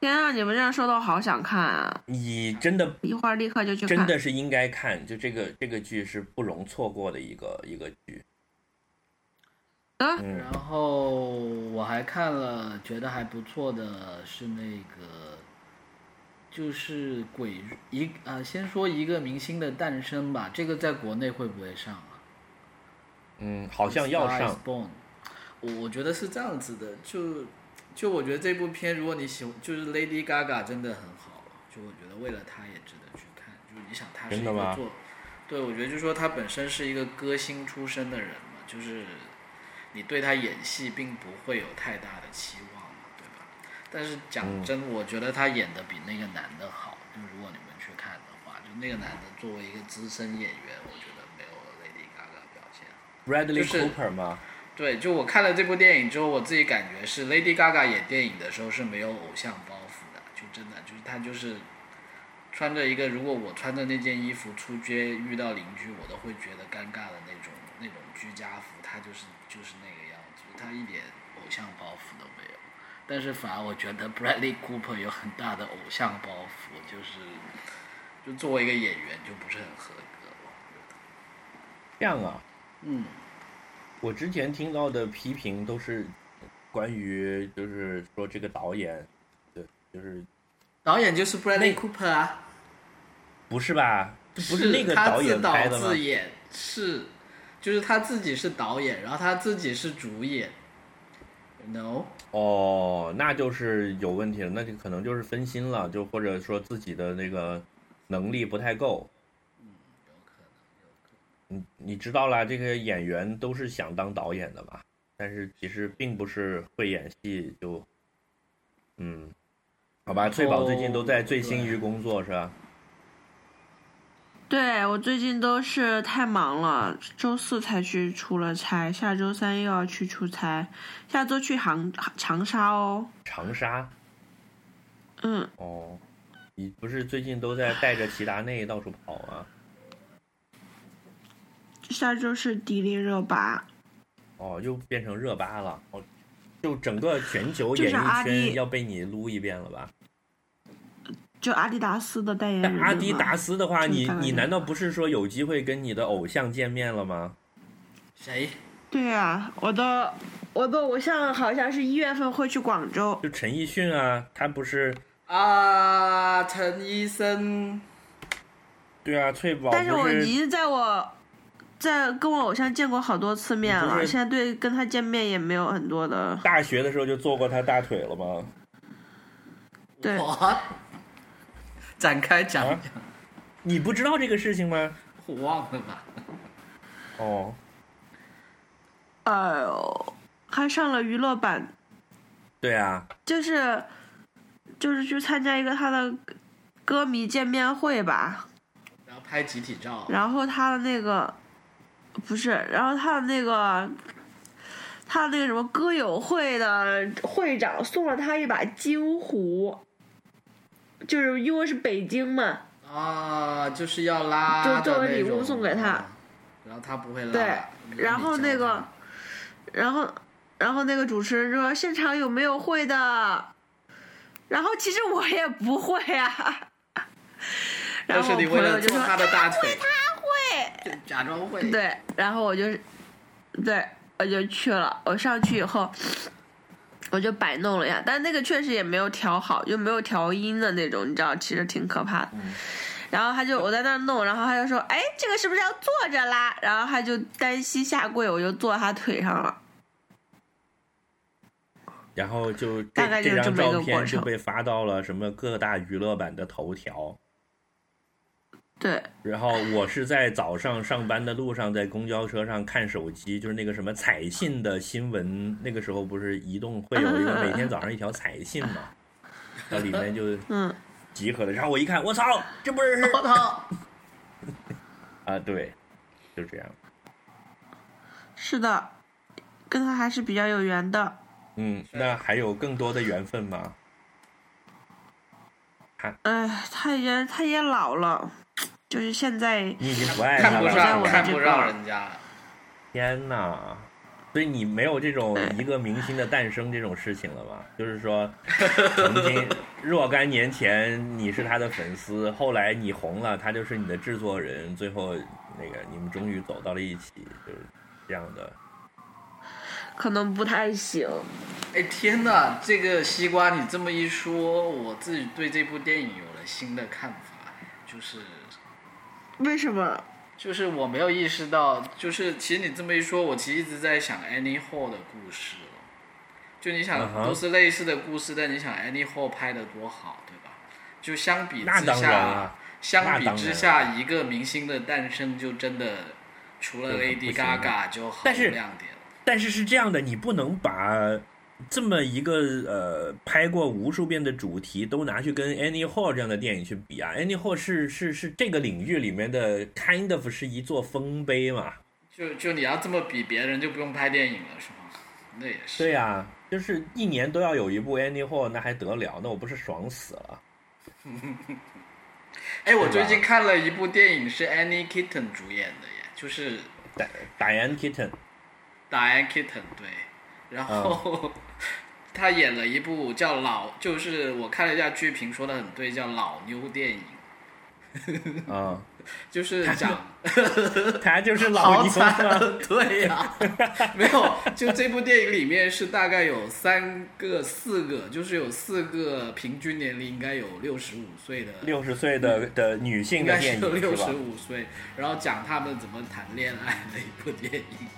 Speaker 6: 天啊，你们这样说的我好想看啊！
Speaker 2: 你真的
Speaker 6: 一会儿立刻就去看。
Speaker 2: 真的是应该看，就这个这个剧是不容错过的一个一个剧。
Speaker 6: 啊
Speaker 2: 嗯，
Speaker 1: 然后我还看了，觉得还不错的是那个，就是鬼一啊、先说一个明星的诞生吧，这个在国内会不会上啊？
Speaker 2: 嗯，好像
Speaker 1: A
Speaker 2: 要
Speaker 1: Star
Speaker 2: 上
Speaker 1: is，Born 我我觉得是这样子的，就就我觉得这部片，如果你喜欢，就是 Lady Gaga 真的很好，就我觉得为了她也值得去看。就是你想她是一
Speaker 2: 真的吗
Speaker 1: 个做，对我觉得就是说她本身是一个歌星出身的人嘛，就是你对她演戏并不会有太大的期望嘛，对吧？但是
Speaker 2: 嗯
Speaker 1: 讲真，我觉得她演的比那个男的好。就如果你们去看的话，就那个男的作为一个资深演员，我觉得没有 Lady Gaga 表现好。就
Speaker 2: Bradley
Speaker 1: 是
Speaker 2: Cooper 吗？
Speaker 1: 对，就我看了这部电影之后，我自己感觉是 Lady Gaga 演电影的时候是没有偶像包袱的，就真的就是她就是穿着一个，如果我穿着那件衣服出街遇到邻居，我都会觉得尴尬的那种那种居家服，她就是就是那个样子，她一点偶像包袱都没有。但是反而我觉得 Bradley Cooper 有很大的偶像包袱，就是就作为一个演员就不是很合格，我觉得。
Speaker 2: 这样啊，
Speaker 1: 嗯，
Speaker 2: 我之前听到的批评都是关于，就是说这个导演，对，就是
Speaker 1: 导演就是 Bradley
Speaker 2: 那
Speaker 1: Cooper 啊。
Speaker 2: 不是吧？这不
Speaker 1: 是
Speaker 2: 那个导演拍的
Speaker 1: 他自导
Speaker 2: 吗
Speaker 1: 自？演是，就是他自己是导演，然后他自己是主演。No，
Speaker 2: 哦，那就是有问题了，那就可能就是分心了，就或者说自己的那个能力不太够。嗯，你知道啦，这个演员都是想当导演的嘛，但是其实并不是会演戏就，嗯，好吧，翠宝最近都在醉心于工作是吧？
Speaker 6: 对我最近都是太忙了，周四才去出了差，下周三又要去出差，下周去杭长沙哦。
Speaker 2: 长沙
Speaker 6: 嗯，
Speaker 2: 哦，你不是最近都在带着齐达内到处跑啊吗？
Speaker 6: 下周是迪丽热巴，
Speaker 2: 哦，又变成热巴了，哦，就整个全球
Speaker 6: 就是
Speaker 2: 演艺
Speaker 6: 阿
Speaker 2: 圈
Speaker 6: 迪
Speaker 2: 要被你撸一遍了吧？
Speaker 6: 就阿迪达斯的代言
Speaker 2: 但
Speaker 6: 人。
Speaker 2: 阿迪达
Speaker 6: 斯，
Speaker 2: 斯的话，
Speaker 6: 就是
Speaker 2: 你
Speaker 6: 大概
Speaker 2: 你
Speaker 6: 这
Speaker 2: 难
Speaker 6: 样
Speaker 2: 道不是说有机会跟你的偶像见面了吗？
Speaker 1: 谁？
Speaker 6: 对啊，我的我的偶像好像是一月份会去广州。
Speaker 2: 就陈奕迅啊，他不是
Speaker 1: 啊，陈医生。
Speaker 2: 对啊，翠宝
Speaker 6: 但是
Speaker 2: 不
Speaker 6: 我
Speaker 2: 是
Speaker 6: 已经在我在跟我偶像见过好多次面
Speaker 2: 你不
Speaker 6: 了，
Speaker 2: 是
Speaker 6: 现在对跟他见面也没有很多的。
Speaker 2: 大学的时候就坐过他大腿了吗？
Speaker 6: 对
Speaker 1: 我展开讲
Speaker 2: 啊
Speaker 1: 讲，
Speaker 2: 你不知道这个事情吗？
Speaker 1: 我忘了吧？
Speaker 2: 哦，
Speaker 6: 哎呦，还上了娱乐版，
Speaker 2: 对啊，
Speaker 6: 就是就是去参加一个他的歌迷见面会吧，
Speaker 1: 然后拍集体照，
Speaker 6: 然后他的那个不是，然后他的那个。他的那个什么歌友会的会长送了他一把金壶，就是因为是北京嘛，
Speaker 1: 啊，就是要拉
Speaker 6: 就
Speaker 1: 的
Speaker 6: 作为
Speaker 1: 那
Speaker 6: 礼物
Speaker 1: 种啊
Speaker 6: 送给他，
Speaker 1: 然后他不会拉，
Speaker 6: 对
Speaker 1: 你
Speaker 6: 然后
Speaker 1: 教
Speaker 6: 那个
Speaker 1: 他
Speaker 6: 然后，然后那个主持人说：“现场有没有会的？”然后其实我也不会啊。然
Speaker 1: 但
Speaker 6: 后
Speaker 1: 是
Speaker 6: 我
Speaker 1: 你
Speaker 6: 朋
Speaker 1: 为
Speaker 6: 友
Speaker 1: 了
Speaker 6: 就
Speaker 1: 坐
Speaker 6: 说
Speaker 1: 他的大腿，
Speaker 6: 会，
Speaker 1: 就假装会，
Speaker 6: 对，然后我就，对，我就去了。我上去以后，我就摆弄了一下，但那个确实也没有调好，就没有调音的那种，你知道，其实挺可怕的。
Speaker 1: 嗯
Speaker 6: 然后他就我在那儿弄，然后他就说：“哎，这个是不是要坐着拉？”然后他就单膝下跪，我就坐他腿上了。
Speaker 2: 然后就
Speaker 6: 大概
Speaker 2: 这
Speaker 6: 就是
Speaker 2: 这
Speaker 6: 这
Speaker 2: 张
Speaker 6: 么
Speaker 2: 照
Speaker 6: 一个过
Speaker 2: 片就
Speaker 6: 程
Speaker 2: 被发到了什么各大娱乐版的头条。
Speaker 6: 对，
Speaker 2: 然后我是在早上上班的路上，在公交车上看手机，就是那个什么彩信的新闻。那个时候不是移动会有一个每天早上一条彩信嘛，到里面就
Speaker 6: 嗯，
Speaker 2: 集合了。然后我一看，我操，这不是
Speaker 1: 我操，
Speaker 2: 啊？对，就这样。
Speaker 6: 是的，跟他还是比较有缘的。
Speaker 2: 嗯，那还有更多的缘分吗？
Speaker 6: 哎，他也他也老了，就是现在
Speaker 2: 你已经不爱他
Speaker 1: 看
Speaker 2: 了
Speaker 1: 不
Speaker 6: 在我
Speaker 1: 上
Speaker 6: 们
Speaker 1: 看
Speaker 6: 这
Speaker 1: 不
Speaker 6: 块
Speaker 1: 上
Speaker 6: 儿
Speaker 1: 人家了，
Speaker 2: 天呐！所以你没有这种
Speaker 6: 对
Speaker 2: 一个明星的诞生这种事情了吗？就是说，曾经若干年前你是他的粉丝，后来你红了，他就是你的制作人，最后那个你们终于走到了一起，就是这样的。
Speaker 6: 可能不太行。
Speaker 1: 哎天哪，这个西瓜你这么一说，我自己对这部电影有了新的看法，就是
Speaker 6: 为什么？
Speaker 1: 就是我没有意识到，就是其实你这么一说，我其实一直在想 Annie Hall 的故事了就你想
Speaker 2: 嗯哼
Speaker 1: 都是类似的故事，但你想 Annie Hall 拍的多好，对吧？就相比
Speaker 2: 那
Speaker 1: 之
Speaker 2: 当然啊
Speaker 1: 下
Speaker 2: 了，
Speaker 1: 相
Speaker 2: 那
Speaker 1: 比
Speaker 2: 当
Speaker 1: 之
Speaker 2: 然啊
Speaker 1: 下，一个明星的诞生就真的除了
Speaker 2: 就很不
Speaker 1: Lady
Speaker 2: 行了
Speaker 1: Gaga 就很
Speaker 2: 但是
Speaker 1: 无亮点了。
Speaker 2: 但是是这样的，你不能把这么一个呃拍过无数遍的主题都拿去跟 Annie Hall 这样的电影去比啊。Annie Hall 是是是这个领域里面的 kind of 是一座丰碑嘛。
Speaker 1: 就就你要这么比别人，就不用拍电影了，是吗？那也是。
Speaker 2: 对呀、就是一年都要有一部 Annie Hall，那还得了？那我不是爽死了？
Speaker 1: 哎，我
Speaker 2: 对
Speaker 1: 最
Speaker 2: 吧
Speaker 1: 近看了一部电影，是 Annie Keaton 主演的耶，就是
Speaker 2: 戴戴安 Keaton，
Speaker 1: Diane Keaton 对，然后、 他演了一部叫老，就是我看了一下剧评，说的很对，叫老妞电影，
Speaker 2: 啊、
Speaker 1: 就是讲
Speaker 2: 他就是老
Speaker 1: 好
Speaker 2: 牛
Speaker 1: 惨
Speaker 2: 了。，
Speaker 1: 对呀、 没有，就这部电影里面是大概有三个、四个，就是有四个平均年龄应该有六十五岁的
Speaker 2: 六十岁的的女
Speaker 1: 嗯
Speaker 2: 性
Speaker 1: 应
Speaker 2: 的
Speaker 1: 该
Speaker 2: 电
Speaker 1: 是
Speaker 2: 影
Speaker 1: 六
Speaker 2: 是吧
Speaker 1: 十？五岁，然后讲他们怎么谈恋爱的一部电影，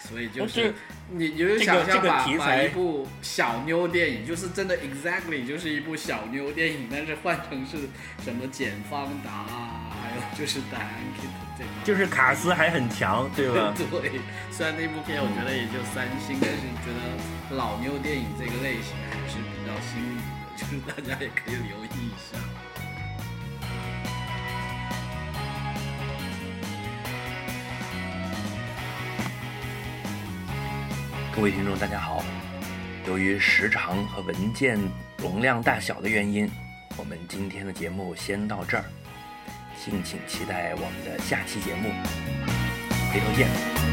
Speaker 1: 所以就
Speaker 2: 不
Speaker 1: 是
Speaker 2: 是
Speaker 1: 你你就
Speaker 2: 这个
Speaker 1: 想象
Speaker 2: 这个
Speaker 1: 把、
Speaker 2: 题
Speaker 1: 把
Speaker 2: 材
Speaker 1: 一部小妞电影，就是真的 exactly 就是一部小妞电影，但是换成是什么简方达啊，还有就是戴安 k 这个，
Speaker 2: 就是卡斯还很强，对吧？
Speaker 1: 对，虽然那部片我觉得也就三星，但是觉得老妞电影这个类型还是比较新颖的， 就是大家也可以留意一下。
Speaker 7: 各位听众，大家好。由于时长和文件容量大小的原因，我们今天的节目先到这儿，敬请期待我们的下期节目，回头见，拜拜。